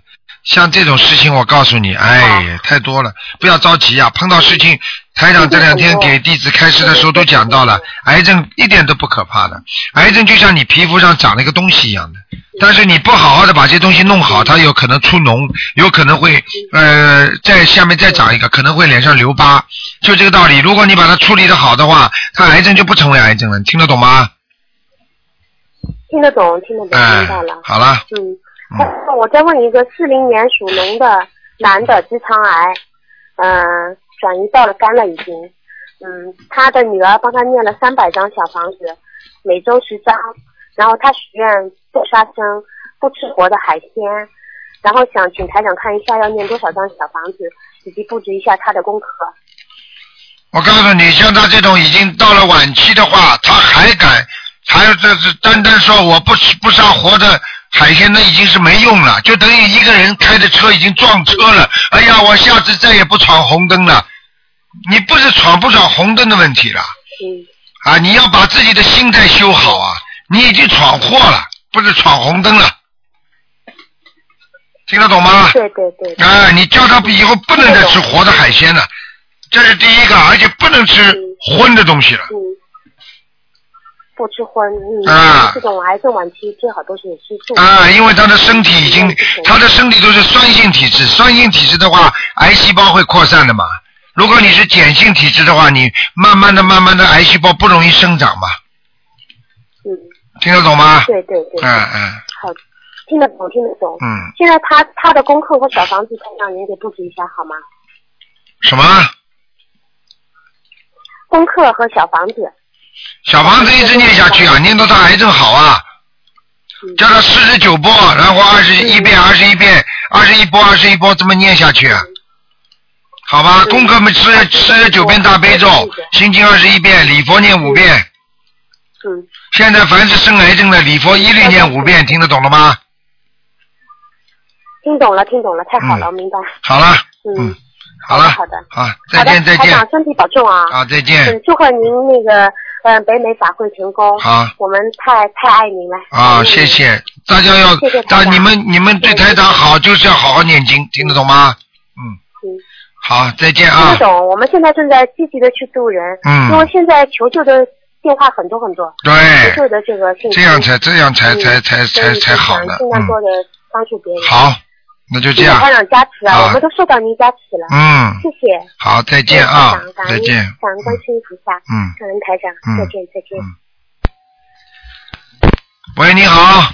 [SPEAKER 1] 像这种事情，我告诉你，哎，太多了，不要着急啊！碰到事情，台长这两天给弟子开示的时候都讲到了，癌症一点都不可怕的，癌症就像你皮肤上长了一个东西一样的，但是你不好好的把这东西弄好，它有可能出脓，有可能会呃在下面再长一个，可能会脸上留疤，就这个道理。如果你把它处理的好的话，它癌症就不成为癌症了，你听得懂吗？
[SPEAKER 5] 听得懂，听得懂，
[SPEAKER 1] 哎
[SPEAKER 5] 明白了，，
[SPEAKER 1] 好了，
[SPEAKER 5] 嗯。
[SPEAKER 1] 嗯
[SPEAKER 5] 还有我再问一个，四零年属龙的男的直肠癌，嗯、转移到了肝了已经，嗯，他的女儿帮他念了三百张小房子，每周十张，然后他许愿不杀生，不吃活的海鲜，然后想请台长看一下要念多少张小房子，以及布置一下他的功课。
[SPEAKER 1] 我告诉你，像他这种已经到了晚期的话，他还敢，还有这是单单说我不吃不杀活的海鲜，那已经是没用了，就等于一个人开着车已经撞车了。哎呀，我下次再也不闯红灯了。你不是闯不闯红灯的问题了
[SPEAKER 5] 嗯，
[SPEAKER 1] 啊！你要把自己的心态修好啊！你已经闯祸了，不是闯红灯了，听得懂吗？
[SPEAKER 5] 对对对，
[SPEAKER 1] 啊，你叫他以后不能再吃活的海鲜了，这是第一个，而且不能吃荤的东西了。
[SPEAKER 5] 嗯。不吃荤，嗯，
[SPEAKER 1] 啊
[SPEAKER 5] 这种癌症晚期最好都是吃素。
[SPEAKER 1] 啊，因为他的身体已经，他的身体都是酸性体质，酸性体质的话，癌细胞会扩散的嘛。如果你是碱性体质的话，你慢慢的、慢慢的，癌细胞不容易生长嘛。
[SPEAKER 5] 嗯，
[SPEAKER 1] 听得懂吗？
[SPEAKER 5] 对对对。
[SPEAKER 1] 嗯嗯
[SPEAKER 5] 好，听得懂，听得懂。
[SPEAKER 1] 嗯，
[SPEAKER 5] 现在他他的功课和小房子，再让您给布置一下好吗？
[SPEAKER 1] 什么？
[SPEAKER 5] 功课和小房子，
[SPEAKER 1] 小房子一直念下去
[SPEAKER 5] 嗯
[SPEAKER 1] 啊，念到他癌症好啊，叫他四十九波，然后二十一
[SPEAKER 5] 嗯
[SPEAKER 1] 遍，二十一遍，二十一波，二十一波，这么念下去啊，好吧？
[SPEAKER 5] 嗯
[SPEAKER 1] 功课们四四十九遍大悲咒，心经二十一遍，礼佛念五遍。
[SPEAKER 5] 嗯，
[SPEAKER 1] 现在凡是生癌症的，礼佛一律念五遍，听得懂了吗？
[SPEAKER 5] 听懂了，听懂了，太好了，
[SPEAKER 1] 嗯
[SPEAKER 5] 我明白。
[SPEAKER 1] 好了，
[SPEAKER 5] 嗯，
[SPEAKER 1] 嗯，好了，
[SPEAKER 5] 好的，
[SPEAKER 1] 好，
[SPEAKER 5] 好
[SPEAKER 1] 再
[SPEAKER 5] 的，
[SPEAKER 1] 见，再
[SPEAKER 5] 台
[SPEAKER 1] 见
[SPEAKER 5] 长，身体保重啊。
[SPEAKER 1] 啊，再见，
[SPEAKER 5] 嗯，祝贺您那个嗯，北美法会成功。
[SPEAKER 1] 好
[SPEAKER 5] 我们太太爱您了。
[SPEAKER 1] 啊，
[SPEAKER 5] 嗯
[SPEAKER 1] 谢。谢大家要
[SPEAKER 5] 谢谢，台
[SPEAKER 1] 大
[SPEAKER 5] 长
[SPEAKER 1] 你们你们对台长好，就是要好好念经，听得懂吗？嗯
[SPEAKER 5] 嗯，
[SPEAKER 1] 好，再见
[SPEAKER 5] 听
[SPEAKER 1] 啊
[SPEAKER 5] 得。懂，我们现在正在积极的去度人，因为
[SPEAKER 1] 嗯，
[SPEAKER 5] 现在求救的电话很多很多，
[SPEAKER 1] 对
[SPEAKER 5] 求，救的这个信息。
[SPEAKER 1] 这样才这样才
[SPEAKER 5] 嗯
[SPEAKER 1] 才才
[SPEAKER 5] 所以
[SPEAKER 1] 才才好呢
[SPEAKER 5] 尽。量
[SPEAKER 1] 嗯，
[SPEAKER 5] 多的帮助别人。，
[SPEAKER 1] 好，那就这
[SPEAKER 5] 谢谢
[SPEAKER 1] 样
[SPEAKER 5] 台。长加持
[SPEAKER 1] 啊
[SPEAKER 5] 啊，我们都受到您加持了，
[SPEAKER 1] 嗯，
[SPEAKER 5] 谢谢。
[SPEAKER 1] 好，再见啊
[SPEAKER 5] 谢谢台长，感
[SPEAKER 1] 再
[SPEAKER 5] 恩
[SPEAKER 1] 见。
[SPEAKER 5] 感恩观世音菩萨，
[SPEAKER 1] 嗯，
[SPEAKER 5] 感恩台长
[SPEAKER 1] 嗯，
[SPEAKER 5] 再见，再见。
[SPEAKER 1] 喂，你好。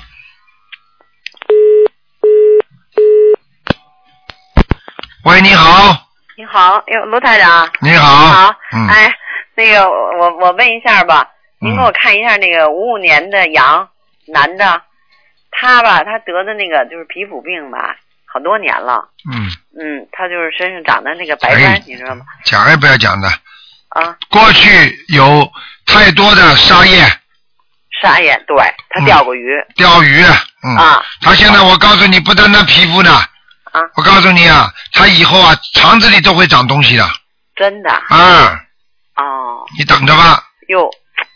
[SPEAKER 1] 喂，你好，
[SPEAKER 2] 你好，哎呦卢台长，
[SPEAKER 1] 你好
[SPEAKER 2] 好，
[SPEAKER 1] 嗯
[SPEAKER 2] 哎，那个我我问一下吧，您
[SPEAKER 1] 嗯
[SPEAKER 2] 给我看一下那个五五年的羊男的，他吧，他得的那个就是皮肤病吧，好多年了，
[SPEAKER 1] 嗯，
[SPEAKER 2] 嗯，他就是身上长的那个白
[SPEAKER 1] 哎
[SPEAKER 2] 斑，你知道吗？
[SPEAKER 1] 讲也哎不要讲的，
[SPEAKER 2] 啊，
[SPEAKER 1] 过去有太多的沙业
[SPEAKER 2] 沙眼，对，他
[SPEAKER 1] 嗯
[SPEAKER 2] 钓过鱼、
[SPEAKER 1] 钓鱼，嗯，
[SPEAKER 2] 啊，
[SPEAKER 1] 他现在我告诉你，不单单皮肤呢，
[SPEAKER 2] 啊
[SPEAKER 1] 我告诉你啊，他以后啊肠子里都会长东西的，
[SPEAKER 2] 真的，
[SPEAKER 1] 啊，
[SPEAKER 2] 哦，
[SPEAKER 1] 你等着吧，
[SPEAKER 2] 哟，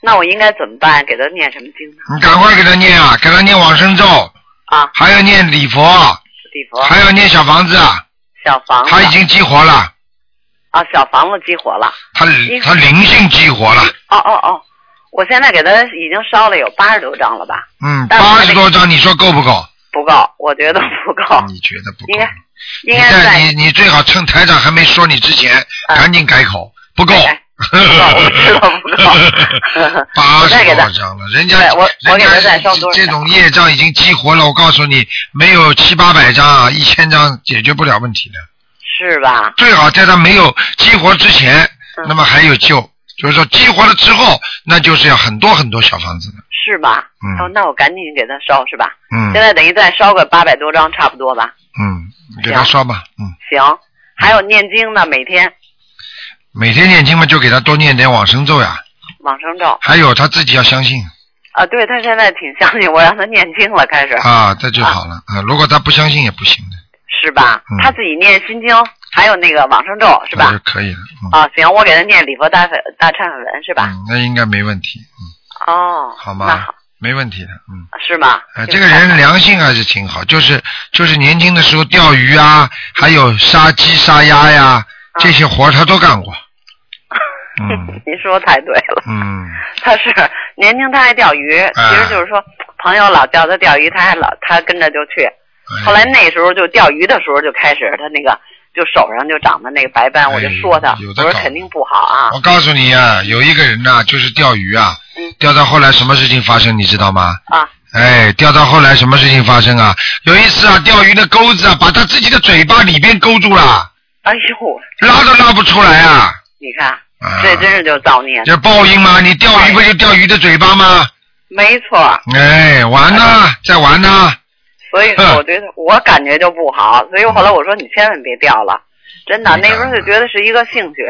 [SPEAKER 2] 那我应该怎么办？给他念什么经呢？
[SPEAKER 1] 你赶快给他念啊，给他念往生咒，
[SPEAKER 2] 啊，
[SPEAKER 1] 还要念礼佛，
[SPEAKER 2] 礼佛，
[SPEAKER 1] 还要念小房子，啊
[SPEAKER 2] 小房子
[SPEAKER 1] 他已经激活了，
[SPEAKER 2] 啊，小房子激活了。
[SPEAKER 1] 他他灵性激活了，
[SPEAKER 2] 哦哦哦，我现在给他已经烧了有八十多张了吧？
[SPEAKER 1] 嗯，
[SPEAKER 2] 但是他
[SPEAKER 1] 八十多张，你说够不够？
[SPEAKER 2] 不够，我觉得不够，
[SPEAKER 1] 你觉得不够
[SPEAKER 2] 应？该
[SPEAKER 1] 嗯你
[SPEAKER 2] 应该
[SPEAKER 1] 在
[SPEAKER 2] 在
[SPEAKER 1] 你你最好趁台长还没说你之前，
[SPEAKER 2] 啊
[SPEAKER 1] 赶紧改口，不够。
[SPEAKER 2] 哎我知道不够
[SPEAKER 1] 八
[SPEAKER 2] 我再
[SPEAKER 1] 十
[SPEAKER 2] 给
[SPEAKER 1] 多
[SPEAKER 2] 他
[SPEAKER 1] 张了，人家
[SPEAKER 2] 对我我
[SPEAKER 1] 人
[SPEAKER 2] 给他
[SPEAKER 1] 家
[SPEAKER 2] 再
[SPEAKER 1] 这
[SPEAKER 2] 烧多少
[SPEAKER 1] 这种业障已经激活了，我告诉你，没有七八百张啊，一千张解决不了问题的。
[SPEAKER 2] 是吧？
[SPEAKER 1] 最好在他没有激活之前，
[SPEAKER 2] 嗯
[SPEAKER 1] 那么还有救。就是说激活了之后，那就是要很多很多小房子的。
[SPEAKER 2] 是吧？
[SPEAKER 1] 嗯
[SPEAKER 2] 哦，那我赶紧给他烧是吧？
[SPEAKER 1] 嗯
[SPEAKER 2] 现在等于再烧个八百多张差不多吧？
[SPEAKER 1] 嗯，你给他
[SPEAKER 2] 行
[SPEAKER 1] 说吧，嗯，
[SPEAKER 2] 行，还有念经呢，每天
[SPEAKER 1] 每天念经嘛，就给他多念点往生咒呀。
[SPEAKER 2] 往生咒
[SPEAKER 1] 还有他自己要相信
[SPEAKER 2] 啊，对他现在挺相信我让他念经了，开始、
[SPEAKER 1] 啊，这就好了啊、如果他不相信也不行的，
[SPEAKER 2] 是吧？
[SPEAKER 1] 嗯
[SPEAKER 2] 他自己念心经，还有那个往生咒是
[SPEAKER 1] 那
[SPEAKER 2] 吧
[SPEAKER 1] 就？可以了。嗯，
[SPEAKER 2] 啊，行，我给他念礼佛大忏大忏悔文是吧？
[SPEAKER 1] 嗯，那应该没问题，嗯，
[SPEAKER 2] 哦，
[SPEAKER 1] 好
[SPEAKER 2] 那
[SPEAKER 1] 吗
[SPEAKER 2] 好，？
[SPEAKER 1] 没问题的，嗯。
[SPEAKER 2] 是吗？
[SPEAKER 1] 啊，这个 人良性还是挺好，就是就是年轻的时候钓鱼啊，还有杀鸡杀鸭呀、
[SPEAKER 2] 啊
[SPEAKER 1] 这些活儿他都干 过。嗯
[SPEAKER 2] 您说太对了，
[SPEAKER 1] 嗯，
[SPEAKER 2] 他是年轻，他爱钓鱼，
[SPEAKER 1] 啊
[SPEAKER 2] 其实就是说朋友老叫他钓鱼，他还老他跟着就去。
[SPEAKER 1] 哎
[SPEAKER 2] 后来那时候就钓鱼的时候就开始他那个就手上就长的那个白斑，
[SPEAKER 1] 哎
[SPEAKER 2] 我就说他，
[SPEAKER 1] 有
[SPEAKER 2] 我
[SPEAKER 1] 的
[SPEAKER 2] 说
[SPEAKER 1] 搞
[SPEAKER 2] 肯定不好啊
[SPEAKER 1] 我告诉你啊，有一个人呐、就是钓鱼啊
[SPEAKER 2] 嗯，
[SPEAKER 1] 钓到后来什么事情发生，你知道吗？
[SPEAKER 2] 啊！
[SPEAKER 1] 哎，钓到后来什么事情发生啊？有一次啊，钓鱼的钩子啊，把他自己的嘴巴里边勾住了，
[SPEAKER 2] 哎呦，
[SPEAKER 1] 拉都拉不出来啊！
[SPEAKER 2] 你看
[SPEAKER 1] 啊
[SPEAKER 2] 这真是就造孽，
[SPEAKER 1] 这报应吗？你钓鱼不就钓鱼的嘴巴吗？
[SPEAKER 2] 没错。
[SPEAKER 1] 哎，玩呐、在玩呐、
[SPEAKER 2] 所以
[SPEAKER 1] 嗯
[SPEAKER 2] 说，我觉得我感觉就不好，所以我后来我说你千万别钓了，真的
[SPEAKER 1] 没
[SPEAKER 2] 那
[SPEAKER 1] 办法
[SPEAKER 2] 时候就觉得是一个兴趣，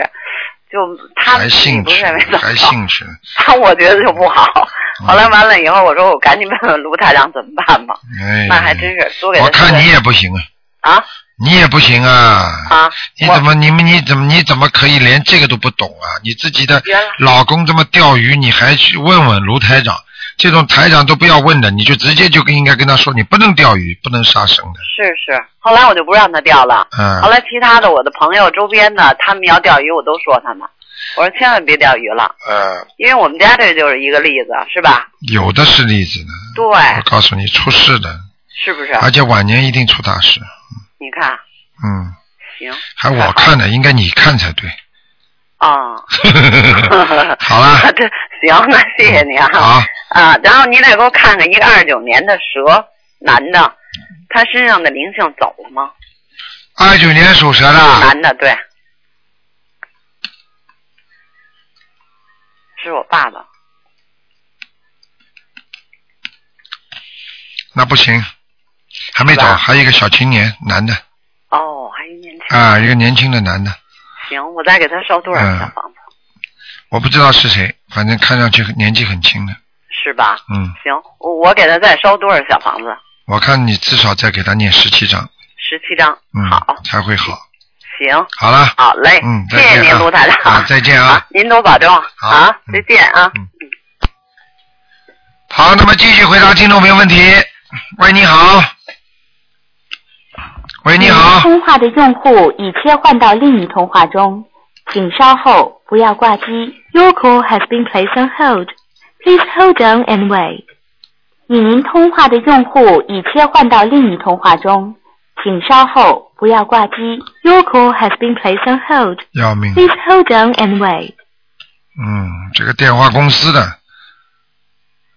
[SPEAKER 2] 就他
[SPEAKER 1] 还兴
[SPEAKER 2] 你不
[SPEAKER 1] 趣
[SPEAKER 2] 是认为 怎，么
[SPEAKER 1] 还
[SPEAKER 2] 着
[SPEAKER 1] 兴趣，
[SPEAKER 2] 那我觉得就不好。
[SPEAKER 1] 嗯
[SPEAKER 2] 后来完了以后，我说我赶紧问问卢台长怎么办吧。
[SPEAKER 1] 哎，
[SPEAKER 2] 那还真是多给他
[SPEAKER 1] 我看
[SPEAKER 2] 说
[SPEAKER 1] 你也不行啊，
[SPEAKER 2] 啊
[SPEAKER 1] 你也不行啊。
[SPEAKER 2] 啊！
[SPEAKER 1] 你
[SPEAKER 2] 我
[SPEAKER 1] 怎么，你们你怎么你怎么可以连这个都不懂啊？你自己的
[SPEAKER 2] 原来
[SPEAKER 1] 老公这么钓鱼，你还去问问卢台长？这种台长都不要问的，你就直接就应该跟他说，你不能钓鱼，不能杀生的。
[SPEAKER 2] 是是，后来我就不让他钓了。后
[SPEAKER 1] 嗯，
[SPEAKER 2] 来其他的我的朋友周边的，他们要钓鱼，我都说他们，我说千万别钓鱼了，
[SPEAKER 1] 呃，
[SPEAKER 2] 因为我们家这就是一个例子，是吧？
[SPEAKER 1] 有的是例子呢，
[SPEAKER 2] 对，
[SPEAKER 1] 我告诉你，出事的，
[SPEAKER 2] 是不是？啊
[SPEAKER 1] 而且晚年一定出大事。
[SPEAKER 2] 你看，
[SPEAKER 1] 嗯，
[SPEAKER 2] 行
[SPEAKER 1] 还我看呢，应该你看才对。
[SPEAKER 2] 啊，
[SPEAKER 1] 好啦，
[SPEAKER 2] 这行，那谢谢你啊。
[SPEAKER 1] 好，
[SPEAKER 2] 啊，然后你再给我看看一个二九年的蛇男的，他身上的灵性走了吗？
[SPEAKER 1] 二九年属蛇的，
[SPEAKER 2] 男的，对，是我爸爸。
[SPEAKER 1] 那不行，还没走
[SPEAKER 2] 是，吧
[SPEAKER 1] 还有一个小青年，男的
[SPEAKER 2] 哦，还一年轻。
[SPEAKER 1] 啊，一个年轻的男的，
[SPEAKER 2] 行，我再给他烧多少小房子？
[SPEAKER 1] 嗯我不知道是谁，反正看上去很年纪很轻的，
[SPEAKER 2] 是吧？
[SPEAKER 1] 嗯，
[SPEAKER 2] 行，我我给他再烧多少小房子？
[SPEAKER 1] 我看你至少再给他念十七章，
[SPEAKER 2] 十七张。
[SPEAKER 1] 嗯
[SPEAKER 2] 好，，
[SPEAKER 1] 才会好，
[SPEAKER 6] 行，
[SPEAKER 1] 好了，
[SPEAKER 6] 好嘞，
[SPEAKER 1] 嗯，
[SPEAKER 6] 谢
[SPEAKER 1] 再见
[SPEAKER 6] 谢
[SPEAKER 1] 啊
[SPEAKER 6] 您，卢台
[SPEAKER 1] 啊
[SPEAKER 6] 长，
[SPEAKER 1] 再见啊
[SPEAKER 6] 啊，您多保重
[SPEAKER 1] 好
[SPEAKER 6] 啊，
[SPEAKER 1] 嗯
[SPEAKER 6] 再见啊。
[SPEAKER 1] 好，那么继续回答听众朋友问题。喂，你好。喂，你好。
[SPEAKER 7] 通话的用户已切换到另一通话中，请稍后，不要挂机。Your call has been placed on hold. Please hold on and wait. 与您通话的用户已切换到另一通话中，请稍后，不要挂机。Your call has been placed on hold.
[SPEAKER 1] 要命，
[SPEAKER 7] Please hold on and wait.
[SPEAKER 1] 嗯，这个电话公司的，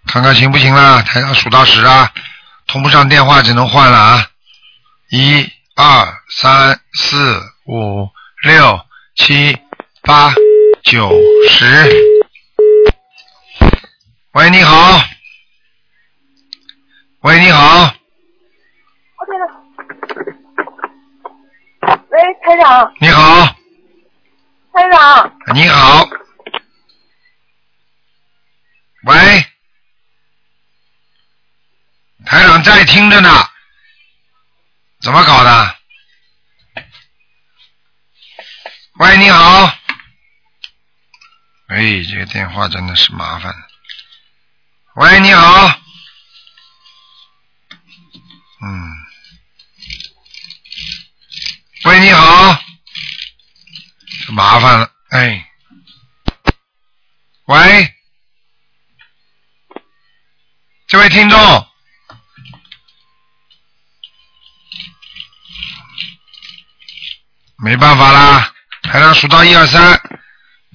[SPEAKER 1] 看看行不行啦？台上数到十啊，通不上电话只能换了啊。一、二、三、四、五、六、七、八、九、十。喂，你好。喂，你好。
[SPEAKER 4] 喂，台长，
[SPEAKER 1] 你好，
[SPEAKER 4] 台长，
[SPEAKER 1] 你好，喂，台长在听着呢，怎么搞的？喂，你好，哎，这个电话真的是麻烦。喂，你好，嗯，喂，你好。麻烦了，哎，喂，这位听众，没办法啦，台上数到一二三，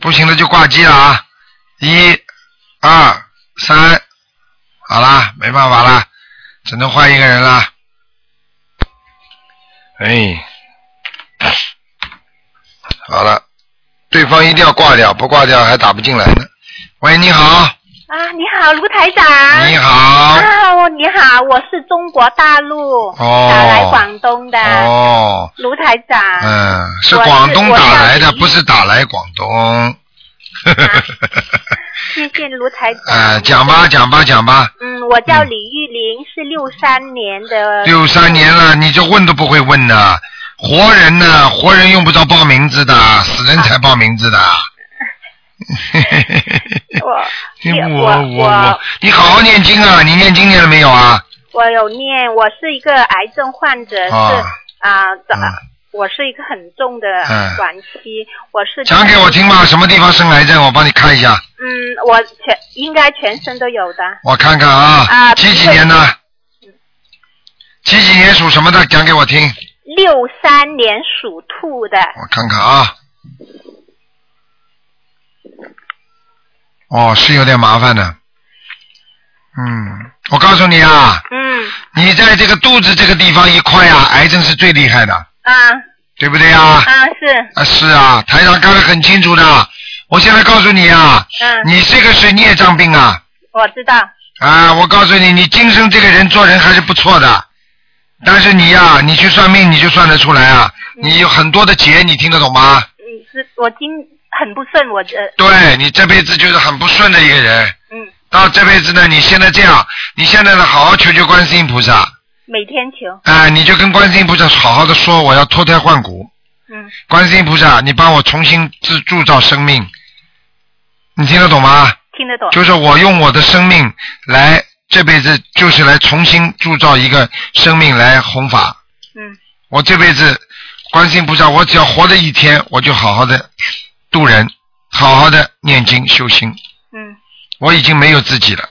[SPEAKER 1] 不行了就挂机了啊，一、二、三，好啦，没办法啦，只能换一个人啦，哎。好了，对方一定要挂掉，不挂掉还打不进来呢。喂，你好，
[SPEAKER 8] 啊，你好，卢台长。
[SPEAKER 4] 哎
[SPEAKER 1] 你好，
[SPEAKER 8] 啊，我你好，我是中国大陆
[SPEAKER 1] 哦
[SPEAKER 8] 打来广啊东的、
[SPEAKER 1] 哦，
[SPEAKER 8] 卢台长。
[SPEAKER 1] 嗯，是
[SPEAKER 8] 我是
[SPEAKER 1] 广东
[SPEAKER 8] 我
[SPEAKER 1] 打来的，
[SPEAKER 8] 想
[SPEAKER 1] 不是打来广
[SPEAKER 8] 啊
[SPEAKER 1] 东。
[SPEAKER 8] 谢谢卢台长。
[SPEAKER 1] 呃，讲吧，讲吧，讲吧。
[SPEAKER 8] 嗯，我叫李玉玲，是六三年的。
[SPEAKER 1] 六三年了，
[SPEAKER 8] 嗯
[SPEAKER 1] 你这问都不会问呢。活人呢，活人用不着报名字的，
[SPEAKER 8] 啊
[SPEAKER 1] 死人才报名字的。
[SPEAKER 8] 我
[SPEAKER 1] 我
[SPEAKER 8] 我
[SPEAKER 1] 我，你好好念经啊！你念经念了没有啊？
[SPEAKER 8] 我有念，我是一个癌症患者，
[SPEAKER 1] 啊
[SPEAKER 8] 呃是啊，早
[SPEAKER 1] 嗯
[SPEAKER 8] 我是一个很重的
[SPEAKER 1] 嗯
[SPEAKER 8] 晚期，我是
[SPEAKER 1] 讲给我听吧，什么地方生癌症？我帮你看一下，
[SPEAKER 8] 嗯，我全应该全身都有的。
[SPEAKER 1] 我看看啊。
[SPEAKER 8] 啊
[SPEAKER 1] 几几年的？几几年属什么的？讲给我听，
[SPEAKER 8] 六三年属兔的，
[SPEAKER 1] 我看看啊。哦，是有点麻烦的。嗯，我告诉你啊，
[SPEAKER 8] 嗯
[SPEAKER 1] 你在这个肚子这个地方一块啊，癌症是最厉害的，
[SPEAKER 8] 啊
[SPEAKER 1] 对不对啊？
[SPEAKER 8] 啊是，
[SPEAKER 1] 啊，是啊，台长看得很清楚的。我现在告诉你啊，
[SPEAKER 8] 嗯，
[SPEAKER 1] 你这个是孽障病啊。
[SPEAKER 8] 我知道，
[SPEAKER 1] 啊，我告诉你，你今生这个人做人还是不错的，但是你呀、你去算命你就算得出来啊，你有很多的劫，你听得懂吗？
[SPEAKER 8] 嗯是，我今很不顺，我呃
[SPEAKER 1] 对你这辈子就是很不顺的一个人。
[SPEAKER 8] 嗯，
[SPEAKER 1] 到这辈子呢，你现在这样，你现在呢，好好求求观世音菩萨，
[SPEAKER 8] 每天求，
[SPEAKER 1] 哎、你就跟观世音菩萨好好的说，我要脱胎换骨。
[SPEAKER 8] 嗯
[SPEAKER 1] 观世音菩萨，你帮我重新制铸造生命，你听得懂吗？
[SPEAKER 8] 听得懂，
[SPEAKER 1] 就是我用我的生命来这辈子就是来重新铸造一个生命来弘法。
[SPEAKER 8] 嗯
[SPEAKER 1] 我这辈子观世音菩萨，我只要活着一天，我就好好的度人，好好的念经修心。
[SPEAKER 8] 嗯
[SPEAKER 1] 我已经没有自己了，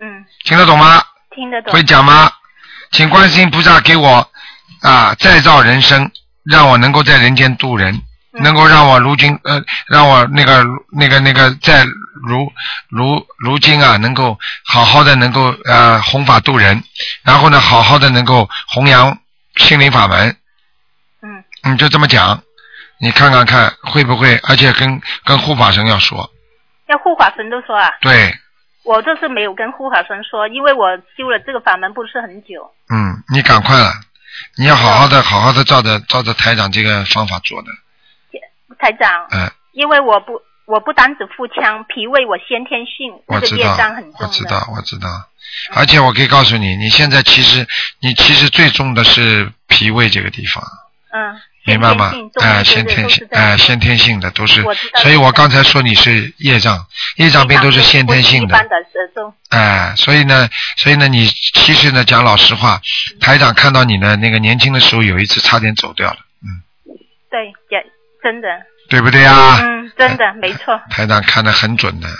[SPEAKER 8] 嗯，
[SPEAKER 1] 听得懂吗？
[SPEAKER 8] 听得懂
[SPEAKER 1] 会，讲吗？请观世音菩萨给我啊再造人生，让我能够在人间度人，
[SPEAKER 8] 嗯
[SPEAKER 1] 能够让我如今呃，让我那个那个那个在如如如今啊，能够好好的能够呃弘法度人，然后呢，好好的能够弘扬心灵法门。
[SPEAKER 8] 嗯，
[SPEAKER 1] 你就这么讲，你看看看会不会？而且跟跟护法神要说，
[SPEAKER 8] 要护法神都说啊，
[SPEAKER 1] 对，
[SPEAKER 8] 我这次没有跟护法神说，因为我修了这个法门不是很久，
[SPEAKER 1] 嗯，你赶快了，你要好好的好好的照着照着台长这个方法做的。
[SPEAKER 8] 台长，
[SPEAKER 1] 嗯，
[SPEAKER 8] 因为我不我不单只腹腔，脾胃我先天性
[SPEAKER 1] 我
[SPEAKER 8] 这
[SPEAKER 1] 知
[SPEAKER 8] 个业
[SPEAKER 1] 道
[SPEAKER 8] 障很，
[SPEAKER 1] 我
[SPEAKER 8] 重
[SPEAKER 1] 知
[SPEAKER 8] 的，
[SPEAKER 1] 道，我知道。而且我可以告诉你，你现在其实你其实最重的是脾胃这个地方，
[SPEAKER 8] 嗯，
[SPEAKER 1] 明白吗
[SPEAKER 8] 先天性？
[SPEAKER 1] 哎、
[SPEAKER 8] 对对
[SPEAKER 1] 先
[SPEAKER 8] 对都
[SPEAKER 1] 天性
[SPEAKER 8] 是，这
[SPEAKER 1] 哎、
[SPEAKER 8] 样
[SPEAKER 1] 先天性的都是
[SPEAKER 8] 我知，道
[SPEAKER 1] 所以
[SPEAKER 8] 知
[SPEAKER 1] 我
[SPEAKER 8] 道
[SPEAKER 1] 刚才说你是业障，业障病都是哎先天性
[SPEAKER 8] 一
[SPEAKER 1] 的，
[SPEAKER 8] 般的呃都
[SPEAKER 1] 哎、所以呢，所以呢，你其实呢，讲老实话，台长看到你呢，那个年轻的时候有一次差点走掉了，嗯，
[SPEAKER 8] 对，也真的，
[SPEAKER 1] 对不对啊？
[SPEAKER 8] 嗯，真的没错。
[SPEAKER 1] 台长看得很准的，嗯，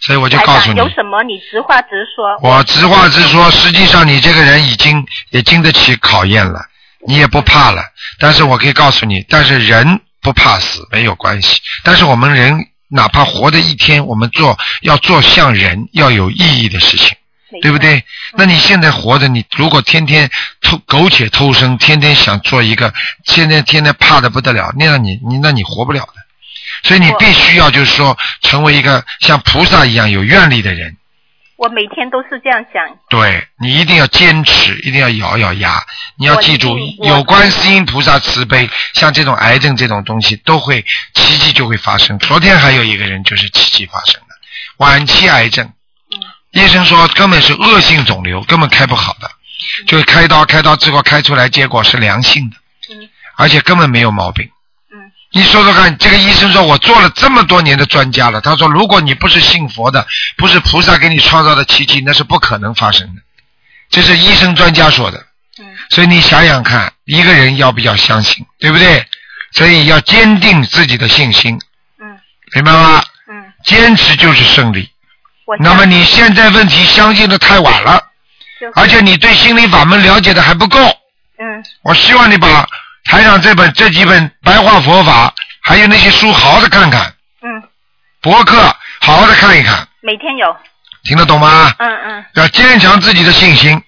[SPEAKER 1] 所以我就
[SPEAKER 8] 台
[SPEAKER 1] 告诉
[SPEAKER 8] 长
[SPEAKER 1] 你
[SPEAKER 8] 有，什么你直话直说。
[SPEAKER 1] 我直话直说，实际上你这个人已经也经得起考验了，你也不怕了。但是我可以告诉你，但是人不怕死没有关系，但是我们人哪怕活的一天，我们做要做像人要有意义的事情。
[SPEAKER 8] 没错
[SPEAKER 1] 对不？对？那你现在活着，你如果天天偷苟且偷生，天天想做一个，天天天天怕的不得了，那样你你那你活不了的。所以你
[SPEAKER 8] 我
[SPEAKER 1] 必须要就是说，成为一个像菩萨一样有愿力的人。
[SPEAKER 8] 我每天都是这样想。
[SPEAKER 1] 对你一定要坚持，一定要咬咬牙。你要
[SPEAKER 8] 我
[SPEAKER 1] 记
[SPEAKER 8] 一
[SPEAKER 1] 住
[SPEAKER 8] 定，我
[SPEAKER 1] 有观世音菩萨慈悲，像这种癌症这种东西，都会奇迹就会发生。昨天还有一个人就是奇迹发生的，晚期癌症，医生说根本是恶性肿瘤，根本开不好的，就开刀，开刀之后开出来，结果是良性的
[SPEAKER 8] 嗯，
[SPEAKER 1] 而且根本没有毛病。
[SPEAKER 8] 嗯，
[SPEAKER 1] 你说说看，这个医生说我做了这么多年的专家了，他说如果你不是信佛的，不是菩萨给你创造的奇迹，那是不可能发生的。这是医生专家说的。
[SPEAKER 8] 嗯
[SPEAKER 1] 所以你想想看，一个人要不要相信，对不对？所以要坚定自己的信心，
[SPEAKER 8] 嗯
[SPEAKER 1] 明白吗？
[SPEAKER 8] 嗯，
[SPEAKER 1] 坚持就是胜利。
[SPEAKER 8] 我
[SPEAKER 1] 那么
[SPEAKER 8] 想
[SPEAKER 1] 你现在问题相信的太晚了，
[SPEAKER 8] 就是
[SPEAKER 1] 而且你对心灵法门了解的还不够。
[SPEAKER 8] 嗯
[SPEAKER 1] 我希望你把台上这本这几本白话佛法，还有那些书好好的看看，
[SPEAKER 8] 嗯，
[SPEAKER 1] 博客好好的看一看，
[SPEAKER 8] 每天有。
[SPEAKER 1] 听得懂吗？
[SPEAKER 8] 嗯嗯，
[SPEAKER 1] 要坚强自己的信心。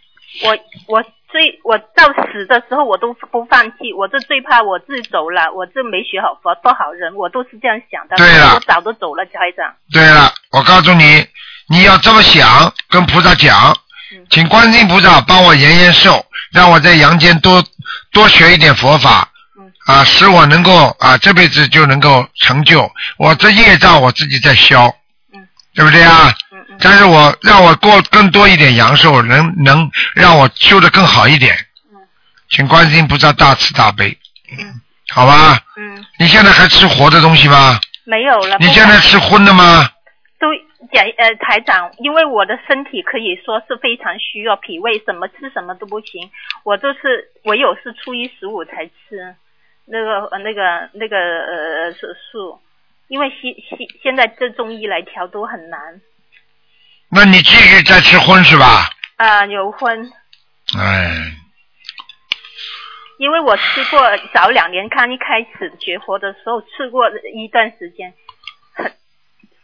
[SPEAKER 8] 我我最我到死的时候我都不放弃，我这最怕我自己走了，我这没学好佛不好人，我都是这样想的。
[SPEAKER 1] 对啊了
[SPEAKER 8] 我早都走了，台长。
[SPEAKER 1] 对了，我告诉你，你要这么想，跟菩萨讲，
[SPEAKER 8] 嗯
[SPEAKER 1] 请观世音菩萨帮我延延寿，让我在阳间多多学一点佛法
[SPEAKER 8] 嗯，
[SPEAKER 1] 啊，使我能够啊这辈子就能够成就。我这业障我自己在消
[SPEAKER 8] 嗯，
[SPEAKER 1] 对不对啊？
[SPEAKER 8] 嗯嗯
[SPEAKER 1] 但是我让我过更多一点阳寿，能能让我修得更好一点
[SPEAKER 8] 嗯，
[SPEAKER 1] 请观世音菩萨大慈大悲
[SPEAKER 8] 嗯，
[SPEAKER 1] 好吧？
[SPEAKER 8] 嗯，
[SPEAKER 1] 你现在还吃活的东西吗？
[SPEAKER 8] 没有了。
[SPEAKER 1] 你
[SPEAKER 8] 不
[SPEAKER 1] 现在
[SPEAKER 8] 敢
[SPEAKER 1] 吃荤的吗？
[SPEAKER 8] 都讲呃台长，因为我的身体可以说是非常虚弱，脾胃什么吃什么都不行，我就是唯有是初一十五才吃那个呃那个那个呃手术，因为西西现在这中医来调都很难
[SPEAKER 1] 那你继续再吃荤是吧？
[SPEAKER 8] 啊、有荤。
[SPEAKER 1] 哎，
[SPEAKER 8] 因为我吃过早两年看一开始学佛的时候吃过一段时间，很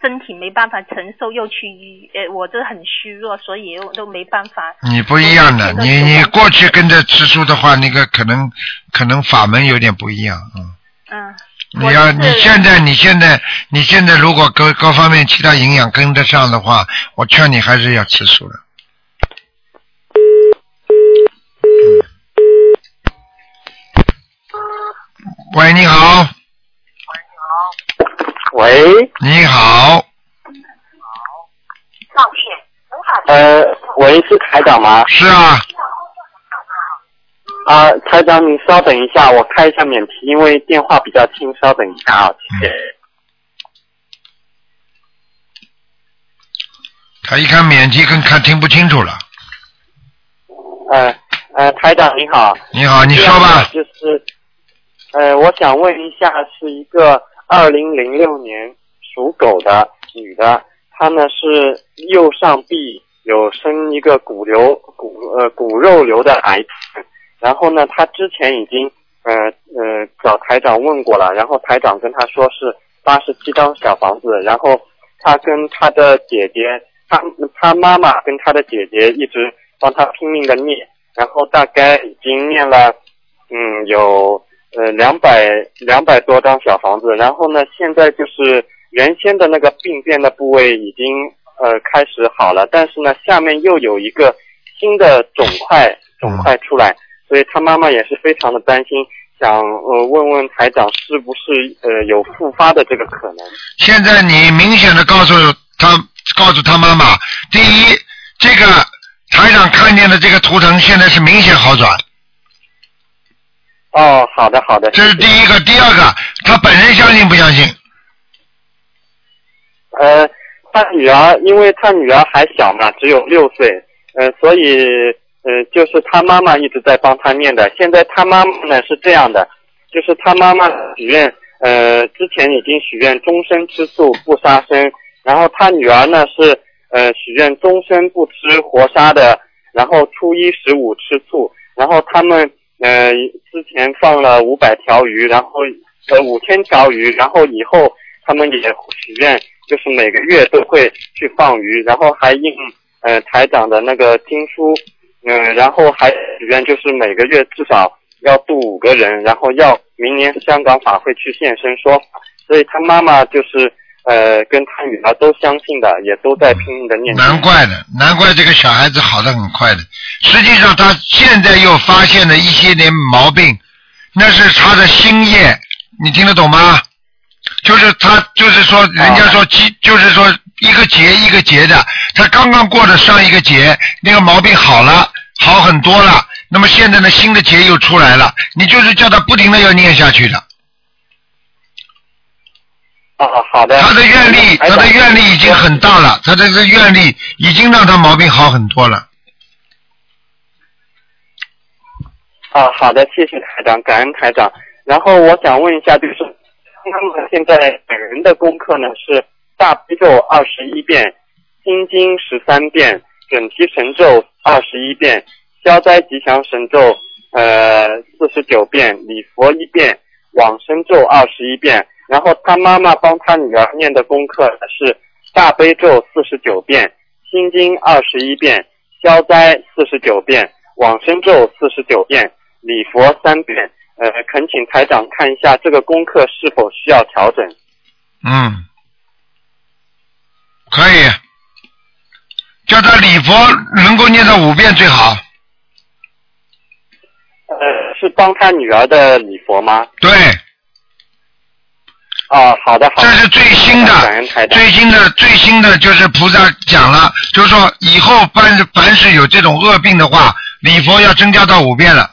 [SPEAKER 8] 身体没办法承受，又去医呃我这很虚弱，所以又都没办法。
[SPEAKER 1] 你不一样的，
[SPEAKER 8] 我
[SPEAKER 1] 你
[SPEAKER 8] 现在
[SPEAKER 1] 你
[SPEAKER 8] 是
[SPEAKER 1] 过去跟着吃素的话，那个可能可能法门有点不一样，嗯。
[SPEAKER 8] 嗯，
[SPEAKER 1] 你要
[SPEAKER 8] 我
[SPEAKER 1] 你
[SPEAKER 8] 是
[SPEAKER 1] 现在你现在你现在如果各各方面其他营养跟得上的话，我劝你还是要吃素的。嗯喂，你好，
[SPEAKER 9] 喂，
[SPEAKER 1] 你好，
[SPEAKER 9] 呃，喂，是台长吗？
[SPEAKER 1] 是啊，
[SPEAKER 9] 啊，台长，你稍等一下，我开一下免提，因为电话比较轻，稍等一下啊，谢谢。
[SPEAKER 1] 他一看免提跟看听不清楚了。
[SPEAKER 9] 呃呃，台长你好，
[SPEAKER 1] 你好，
[SPEAKER 9] 啊
[SPEAKER 1] 你说吧，
[SPEAKER 9] 就是，呃，我想问一下，是一个二零零六年属狗的女的，她呢是右上臂有生一个骨瘤骨呃骨肉瘤的癌症，然后呢，她之前已经呃呃找台长问过了，然后台长跟她说是八十七张小房子，然后她跟她的姐姐，她她妈妈跟她的姐姐一直帮她拼命的念。然后大概已经念了，嗯，有呃两百两百多张小房子。然后呢，现在就是原先的那个病变的部位已经呃开始好了，但是呢，下面又有一个新的肿块肿块出来，所以他妈妈也是非常的担心，想呃问问台长是不是呃有复发的这个可能？
[SPEAKER 1] 现在你明显的告诉他，告诉他妈妈，第一，这个台长看见的这个图腾现在是明显好转，
[SPEAKER 9] 哦，好的好的。
[SPEAKER 1] 这是第一个，第二个，他本人相信不相信？
[SPEAKER 9] 呃，他女儿，因为他女儿还小嘛，只有六岁，呃，所以呃，就是他妈妈一直在帮他念的。现在他妈妈呢是这样的，就是他妈妈许愿，呃，之前已经许愿终身吃素不杀生，然后他女儿呢是呃许愿终身不吃活杀的，然后初一十五吃素，然后他们呃之前放了五百条鱼，然后呃五千条鱼，然后以后他们也许愿，就是每个月都会去放鱼，然后还印呃台长的那个经书，嗯、然后还许愿就是每个月至少要度五个人，然后要明年香港法会去现身说法，所以他妈妈就是呃跟他女儿都相信的，也都在拼命的念经。
[SPEAKER 1] 难怪的，难怪这个小孩子好的很快的。实际上，他现在又发现了一些点毛病，那是他的心业，你听得懂吗？就是他，就是
[SPEAKER 9] 啊
[SPEAKER 1] 说，人家说鸡，就是说一个节一个节的，他刚刚过了上一个节，那个毛病好了，好很多了。那么现在呢，新的节又出来了，你就是叫他不停的要念下去的。
[SPEAKER 9] 啊，好的。
[SPEAKER 1] 他的愿力，他的愿力已经很大了，他的这个愿力已经让他毛病好很多了。
[SPEAKER 9] 啊，好的，谢谢台长，感恩台长。然后我想问一下，就是他们现在本人的功课呢是大悲咒二十一遍，心经十三遍，准提神咒二十一遍，消灾吉祥神咒呃四十九遍，礼佛一遍，往生咒二十一遍。然后他妈妈帮他女儿念的功课呢是大悲咒四十九遍，心经二十一遍，消灾四十九遍，往生咒四十九遍，礼佛三遍。呃，恳请台长看一下这个功课是否需要调整。
[SPEAKER 1] 嗯，可以，叫他礼佛能够念到五遍最好。
[SPEAKER 9] 呃，是帮他女儿的礼佛吗？
[SPEAKER 1] 对，
[SPEAKER 9] 啊，好的，好的。这是
[SPEAKER 1] 最新的，最新的，最新的就是菩萨讲了，就是说以后凡是凡是有这种恶病的话，礼佛要增加到五遍了。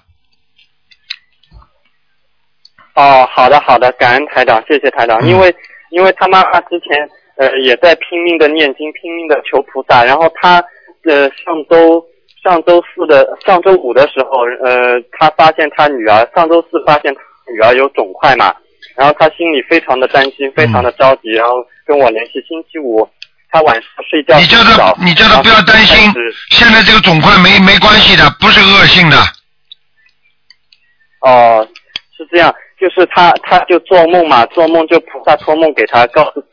[SPEAKER 9] 哦，好的好的，感恩台长，谢谢台
[SPEAKER 1] 嗯
[SPEAKER 9] 长。因为因为他妈妈之前呃也在拼命的念经，拼命的求菩萨，然后他呃上周上周四的上周五的时候，呃他发现他女儿上周四发现他女儿有肿块嘛，然后他心里非常的担
[SPEAKER 1] 嗯
[SPEAKER 9] 心，非常的着急，然后跟我联系，星期五他晚上睡觉
[SPEAKER 1] 你叫
[SPEAKER 9] 睡
[SPEAKER 1] 他
[SPEAKER 9] 着，
[SPEAKER 1] 你叫他不要担
[SPEAKER 9] 然
[SPEAKER 1] 心
[SPEAKER 9] 后就开始，
[SPEAKER 1] 现在这个肿块没没关系的，不是恶性的。
[SPEAKER 9] 哦，是这样，就是他他就做梦嘛，做梦就菩萨托梦给他，告诉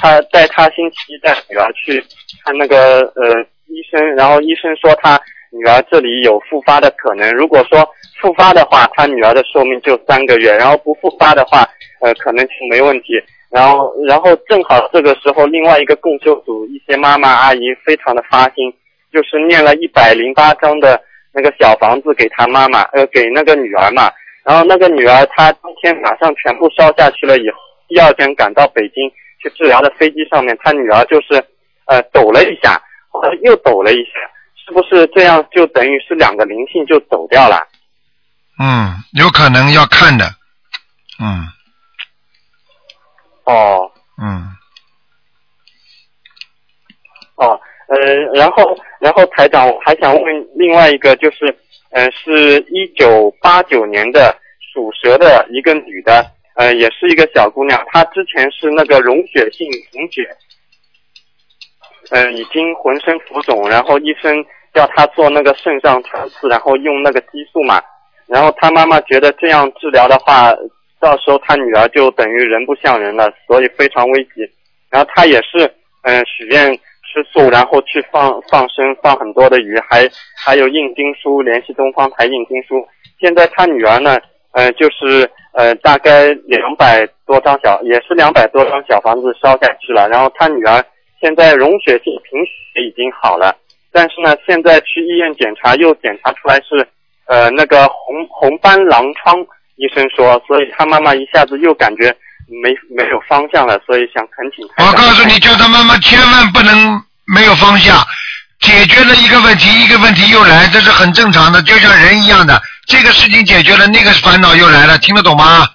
[SPEAKER 9] 他带他星期一带女儿去看那个呃医生，然后医生说他女儿这里有复发的可能，如果说复发的话，他女儿的寿命就三个月，然后不复发的话，呃可能性没问题。然后然后正好这个时候，另外一个共修组一些妈妈阿姨非常的发心，就是念了一百零八章的那个小房子给他妈妈，呃，给那个女儿嘛。然后那个女儿她当天马上全部烧下去了以后，第二天赶到北京去治疗的飞机上面，她女儿就是呃抖了一下，后来又抖了一下，是不是这样就等于是两个灵性就走掉了？
[SPEAKER 1] 嗯，有可能要看的。嗯
[SPEAKER 9] 哦，
[SPEAKER 1] 嗯，
[SPEAKER 9] 哦，呃，然后然后台长我还想问另外一个，就是，呃，是一九八九年的属蛇的一个女的，呃，也是一个小姑娘，她之前是那个溶血性贫血，呃，已经浑身浮肿，然后医生叫她做那个肾上穿刺，然后用那个激素嘛，然后她妈妈觉得这样治疗的话，到时候她女儿就等于人不像人了，所以非常危急。然后她也是，嗯、许愿吃素，然后去放放生，放很多的鱼，还还有印经书，联系东方台印经书。现在她女儿呢，呃，就是呃，大概两百多张小，也是两百多张小房子烧下去了。然后她女儿现在溶血性贫血已经好了，但是呢，现在去医院检查又检查出来是呃那个红红斑狼疮，医生说，所以她妈妈一下子又感觉没没有方向了，所以想恳请
[SPEAKER 1] 我告诉你，叫他妈妈千万不能没有方向，解决了一个问题，一个问题又来，这是很正常的，就像人一样的，这个事情解决了，那个烦恼又来了，听得懂吗？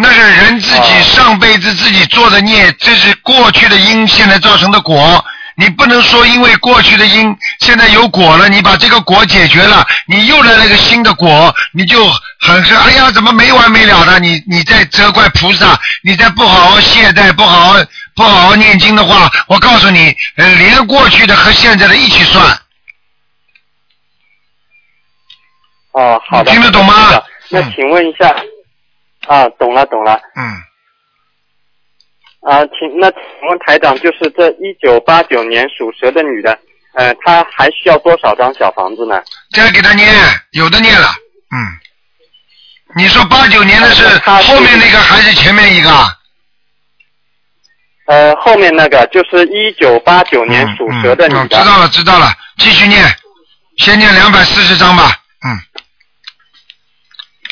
[SPEAKER 1] 那是人自己上辈子自己做的孽，这是过去的因，现在造成的果。你不能说因为过去的因，现在有果了，你把这个果解决了，你又来了一个新的果，你就很是哎呀，怎么没完没了的？你你在责怪菩萨，你再不好好懈怠，不好好不好好念经的话，我告诉你，呃连过去的和现在的一起算。
[SPEAKER 9] 哦，好的。听得懂吗？
[SPEAKER 1] 嗯
[SPEAKER 9] 那请问一下，啊，懂了懂了。
[SPEAKER 1] 嗯。
[SPEAKER 9] 啊，请那请问台长，就是这一九八九年属蛇的女的，呃，她还需要多少张小房子呢？
[SPEAKER 1] 再给他念，有的念了，嗯。你说八九年的是后面那个还是前面一个啊？
[SPEAKER 9] 呃，后面那个就是一九八九年属蛇的女的。
[SPEAKER 1] 嗯，知道了，知道了，继续念，先念两百四十章吧。嗯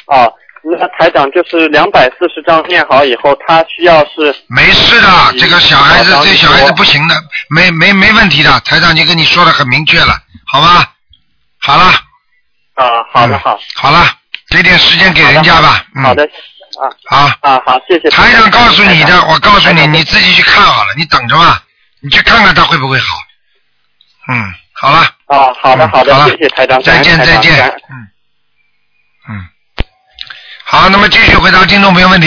[SPEAKER 9] 啊，那台长就是两百四十张念好以后，她需要是
[SPEAKER 1] 没事的，
[SPEAKER 9] 嗯
[SPEAKER 1] 这个小孩子，这小孩子不行的，没没没问题的，台长已经跟你说的很明确了，好吧？好了，嗯
[SPEAKER 9] 啊，好的好，
[SPEAKER 1] 好了，给点时间给人家吧。嗯，
[SPEAKER 9] 好的啊
[SPEAKER 1] 好
[SPEAKER 9] 啊好，谢谢
[SPEAKER 1] 台长告诉你
[SPEAKER 9] 台
[SPEAKER 1] 的，
[SPEAKER 9] 长
[SPEAKER 1] 我告诉
[SPEAKER 9] 台
[SPEAKER 1] 你，
[SPEAKER 9] 长
[SPEAKER 1] 你自己去看好了，你等着吧，你去看看他会不会好。嗯，好了。
[SPEAKER 9] 啊，好的好的，谢谢台长，
[SPEAKER 1] 嗯再见
[SPEAKER 9] 感恩
[SPEAKER 1] 再
[SPEAKER 9] 台长
[SPEAKER 1] 见嗯
[SPEAKER 9] 感恩
[SPEAKER 1] 好，那么继续回答听众朋友问题。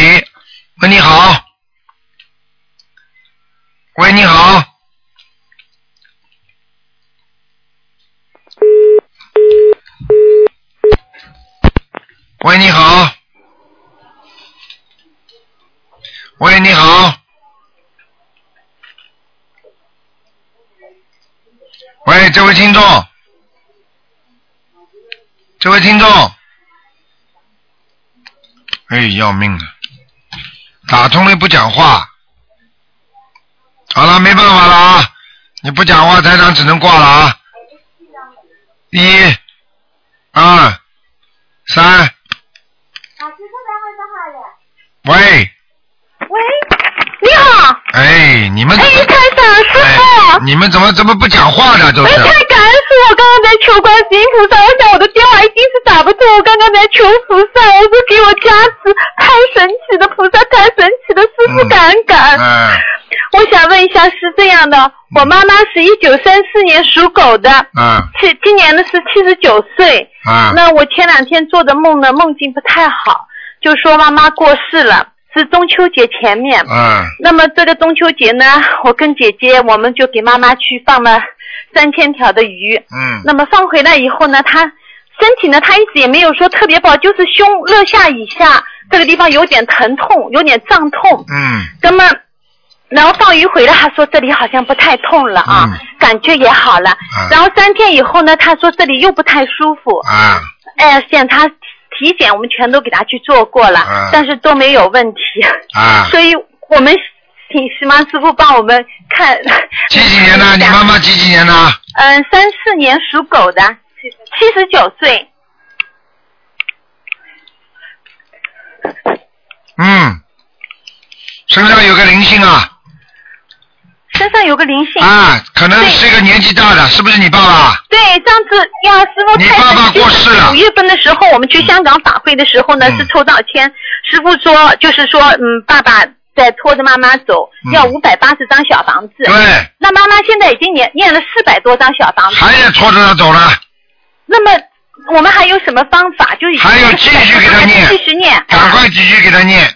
[SPEAKER 1] 喂，你好。喂，你好。喂，你好。喂，你好。喂，这位听众，这位听众，哎，要命了！打通了不讲话，好了，没办法了啊！你不讲话，台长只能挂了啊！一、二、三，喂，
[SPEAKER 10] 喂，你好，
[SPEAKER 1] 哎，你们怎
[SPEAKER 10] 哎，
[SPEAKER 1] 么
[SPEAKER 10] 台长，师傅，
[SPEAKER 1] 你们怎么怎么不讲话的都
[SPEAKER 10] 哎，
[SPEAKER 1] 是？
[SPEAKER 10] 太感恩师傅，我刚刚在求观世音菩萨，我想我的电话一定是打不通，我刚刚在求菩萨，我说给我加持，太神奇的菩萨，太神奇的师傅，感恩感恩。
[SPEAKER 1] 嗯
[SPEAKER 10] 我想问一下，是这样的，我妈妈是一九三四年属狗的，
[SPEAKER 1] 嗯
[SPEAKER 10] 七今年呢是七十九岁。
[SPEAKER 1] 嗯
[SPEAKER 10] 那我前两天做的梦呢，梦境不太好，就说妈妈过世了，是中秋节前面。
[SPEAKER 1] 嗯
[SPEAKER 10] 那么这个中秋节呢，我跟姐姐我们就给妈妈去放了三千条的鱼。
[SPEAKER 1] 嗯
[SPEAKER 10] 那么放回来以后呢，她身体呢，她一直也没有说特别不好，就是胸肋下以下这个地方有点疼痛，有点胀痛。
[SPEAKER 1] 嗯
[SPEAKER 10] 那么，然后放鱼回来，她说这里好像不太痛了啊，感觉也好了。然后三天以后呢，她说这里又不太舒服。
[SPEAKER 1] 啊
[SPEAKER 10] 哎，检查体检我们全都给她去做过了，
[SPEAKER 1] 啊
[SPEAKER 10] 但是都没有问题。
[SPEAKER 1] 啊！
[SPEAKER 10] 所以我们请十妈师傅帮我们看。
[SPEAKER 1] 几几 年的？你妈妈几几年的？
[SPEAKER 10] 嗯，三四年属狗的，七十九岁。
[SPEAKER 1] 嗯，身上有个灵性啊
[SPEAKER 10] 身上有个灵性。
[SPEAKER 1] 啊，可能是一个年纪大的，是不是你爸爸？
[SPEAKER 10] 对，上次呀，师傅太爸爸过世了。五月份的时候，我们
[SPEAKER 1] 嗯
[SPEAKER 10] 去香港法会的时候呢，是抽到签，师傅说就是说，嗯，爸爸在拖着妈妈走，
[SPEAKER 1] 嗯
[SPEAKER 10] 要五百八十张小房子。对。那妈妈现在已经念念了四百多张小房子。
[SPEAKER 1] 还得拖着他走了，
[SPEAKER 10] 那么我们还有什么方法？就是还有继续给他念，继续念，啊
[SPEAKER 1] 赶快继续给他念。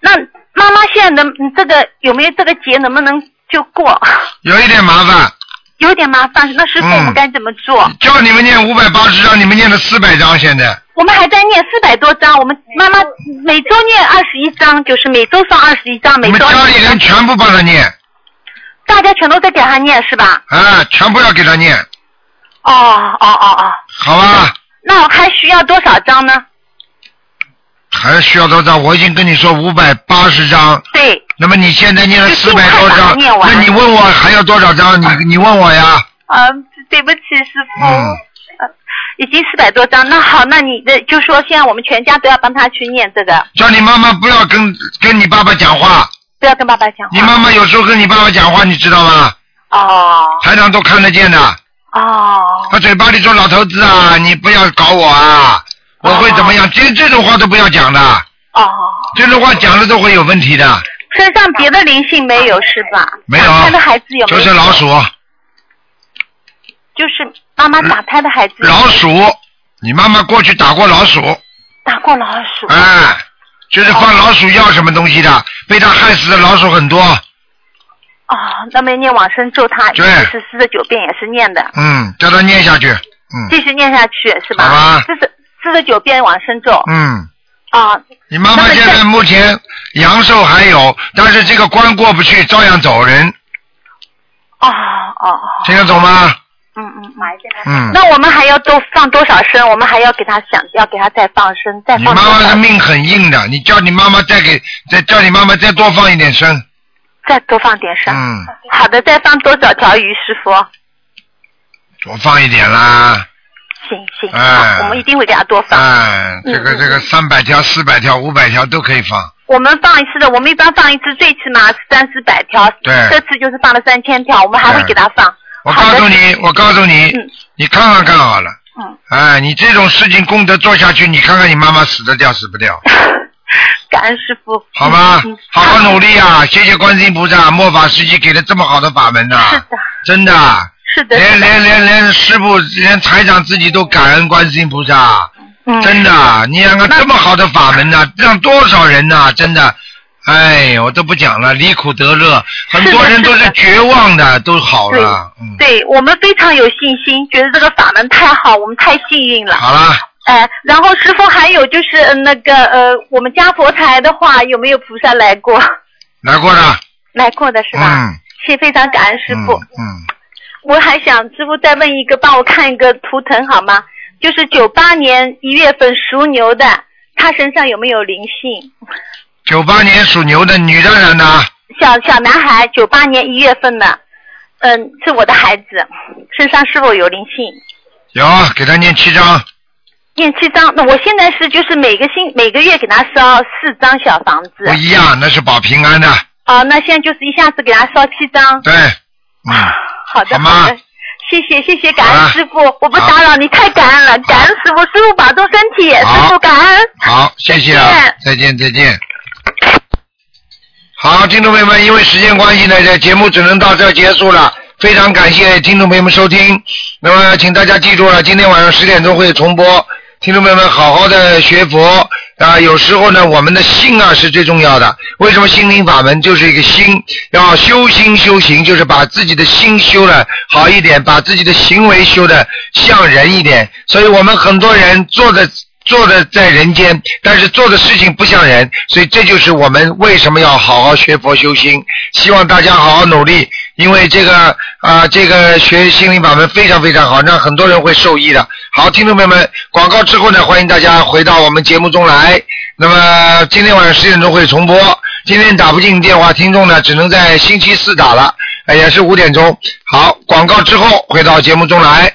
[SPEAKER 10] 那妈妈现在能嗯这个有没有这个节能不能就过？
[SPEAKER 1] 有一点麻烦，
[SPEAKER 10] 有点麻烦，那师傅
[SPEAKER 1] 嗯
[SPEAKER 10] 我们该怎么做？
[SPEAKER 1] 叫你们念五百八十章，你们念了四百章，现在
[SPEAKER 10] 我们还在念四百多章，我们妈妈每周念二十一章，就是每周上二十一章，每周
[SPEAKER 1] 家里人全部帮他念，
[SPEAKER 10] 大家全都在给她念是吧？
[SPEAKER 1] 啊，全部要给他念，
[SPEAKER 10] 哦哦哦哦，
[SPEAKER 1] 好吧？
[SPEAKER 10] 那我还需要多少章呢？
[SPEAKER 1] 还需要多少？我已经跟你说五百八十章。
[SPEAKER 10] 对。
[SPEAKER 1] 那么你现在念了四百多
[SPEAKER 10] 就尽快把它
[SPEAKER 1] 章，
[SPEAKER 10] 念完
[SPEAKER 1] 那你问我还要多少章？你你问我呀。
[SPEAKER 10] 啊，对不起，师傅。
[SPEAKER 1] 嗯
[SPEAKER 10] 哦呃已经四百多张，那好，那你的就说现在我们全家都要帮他去念这个，
[SPEAKER 1] 叫你妈妈不要跟跟你爸爸讲话，
[SPEAKER 10] 不要跟爸爸讲话。
[SPEAKER 1] 你妈妈有时候跟你爸爸讲话，你知道吗？
[SPEAKER 10] 哦
[SPEAKER 1] 台长都看得见的，
[SPEAKER 10] 哦
[SPEAKER 1] 他嘴巴里说老头子啊，你不要搞我啊，我会怎么样？这这种话都不要讲的。
[SPEAKER 10] 哦。
[SPEAKER 1] 这种话讲了都会有问题的，
[SPEAKER 10] 身上别的灵性没有是吧？
[SPEAKER 1] 没有
[SPEAKER 10] 打胎的孩子有没
[SPEAKER 1] 就
[SPEAKER 10] 有？
[SPEAKER 1] 是老鼠，
[SPEAKER 10] 就是妈妈打胎的孩子有没有
[SPEAKER 1] 老鼠，你妈妈过去打过老鼠，
[SPEAKER 10] 打过老鼠。
[SPEAKER 1] 哎，就是换老鼠药什么东西的，被它害死的老鼠很多，
[SPEAKER 10] 哦，那么念往生咒，他
[SPEAKER 1] 对
[SPEAKER 10] 是四十九遍也是念的，
[SPEAKER 1] 嗯，叫它念下去，嗯
[SPEAKER 10] 继续念下去是吧？四十四十九遍往生咒
[SPEAKER 1] 嗯，
[SPEAKER 10] 啊，
[SPEAKER 1] 你妈妈现在目前阳寿还有，但是这个关过不去，照样走人，
[SPEAKER 10] 哦哦，
[SPEAKER 1] 听得懂吗？
[SPEAKER 10] 嗯嗯嗯，
[SPEAKER 1] 嗯
[SPEAKER 10] 那我们还要多放多少声？我们还要给他想要给他再放生，再
[SPEAKER 1] 你
[SPEAKER 10] 放
[SPEAKER 1] 妈
[SPEAKER 10] 多少
[SPEAKER 1] 妈的命很硬的，你叫你妈妈再给，再叫你妈妈再多放一点声，
[SPEAKER 10] 再多放点声。
[SPEAKER 1] 嗯，
[SPEAKER 10] 好的，再放多少条鱼，师傅？
[SPEAKER 1] 多放一点啦，
[SPEAKER 10] 行行，
[SPEAKER 1] 哎
[SPEAKER 10] 好，我们一定会给他多放。
[SPEAKER 1] 哎，这个
[SPEAKER 10] 嗯嗯
[SPEAKER 1] 这个三百条、四百条、五百条都可以放，
[SPEAKER 10] 我们放一次的，我们一般放一次，最起码是三四百条。
[SPEAKER 1] 对
[SPEAKER 10] 这次就是放了三千条，我们还会给他放。
[SPEAKER 1] 我告诉你，我告诉你，你看看看好了。
[SPEAKER 10] 嗯。
[SPEAKER 1] 哎，你这种事情功德做下去，你看看你妈妈死得掉死不掉？
[SPEAKER 10] 感恩师傅。
[SPEAKER 1] 好吧
[SPEAKER 10] 嗯嗯，
[SPEAKER 1] 好好努力啊！谢谢观世音菩萨，末法时期给了这么好的法门呐、
[SPEAKER 10] 是的，
[SPEAKER 1] 真的。啊
[SPEAKER 10] 是的。
[SPEAKER 1] 连连连连师傅，连台长自己都感恩观世音菩萨。
[SPEAKER 10] 嗯
[SPEAKER 1] 真的，啊你想看这么好的法门呐、让多少人呐、真的，哎，我都不讲了，离苦得乐，很多人都是绝望的，都好了。嗯
[SPEAKER 10] 对我们非常有信心，觉得这个法门太好，我们太幸运了。
[SPEAKER 1] 好了，
[SPEAKER 10] 哎，然后师傅还有就是、呃那个呃，我们家佛台的话，有没有菩萨来过？
[SPEAKER 1] 来过了，
[SPEAKER 10] 来过的是吧？
[SPEAKER 1] 嗯
[SPEAKER 10] 谢，非常感恩师傅。
[SPEAKER 1] 嗯，
[SPEAKER 10] 我还想师傅再问一个，帮我看一个图腾好吗？就是九八年一月份属牛的，他身上有没有灵性？
[SPEAKER 1] 九八年属牛的女的啊人呢、
[SPEAKER 10] 小小男孩，九八年一月份的，嗯，是我的孩子，身上是否有灵性？
[SPEAKER 1] 有给他念七章，
[SPEAKER 10] 念七张，那我现在是就是每个星每个月给他烧四张小房子
[SPEAKER 1] 不一样，那是啊保平安的。
[SPEAKER 10] 啊、那现在就是一下子给他烧七张，
[SPEAKER 1] 对，嗯，
[SPEAKER 10] 好的好的，谢谢谢谢感
[SPEAKER 1] 好啊
[SPEAKER 10] 恩
[SPEAKER 1] 了
[SPEAKER 10] 师傅，我不打扰你，太感恩了，感恩师傅，师傅保重身体，
[SPEAKER 1] 好
[SPEAKER 10] 师傅感恩。
[SPEAKER 1] 好，谢谢啊，再见再见。好，听众朋友们，因为时间关系呢，这节目只能到这儿结束了。非常感谢听众朋友们收听，那么请大家记住了，今天晚上十点钟会重播。听众朋友们，好好的学佛啊！有时候呢，我们的心啊是最重要的。为什么心灵法门就是一个心，要修心修行，就是把自己的心修的好一点，把自己的行为修的像人一点。所以我们很多人做的做的在人间，但是做的事情不像人，所以这就是我们为什么要好好学佛修心。希望大家好好努力，因为这个啊、这个学心灵法门非常非常好，让很多人会受益的。好，听众朋友们，广告之后呢，欢迎大家回到我们节目中来。那么今天晚上十点钟会重播，今天打不进电话，听众呢只能在星期四打了，哎也是五点钟。好，广告之后回到节目中来。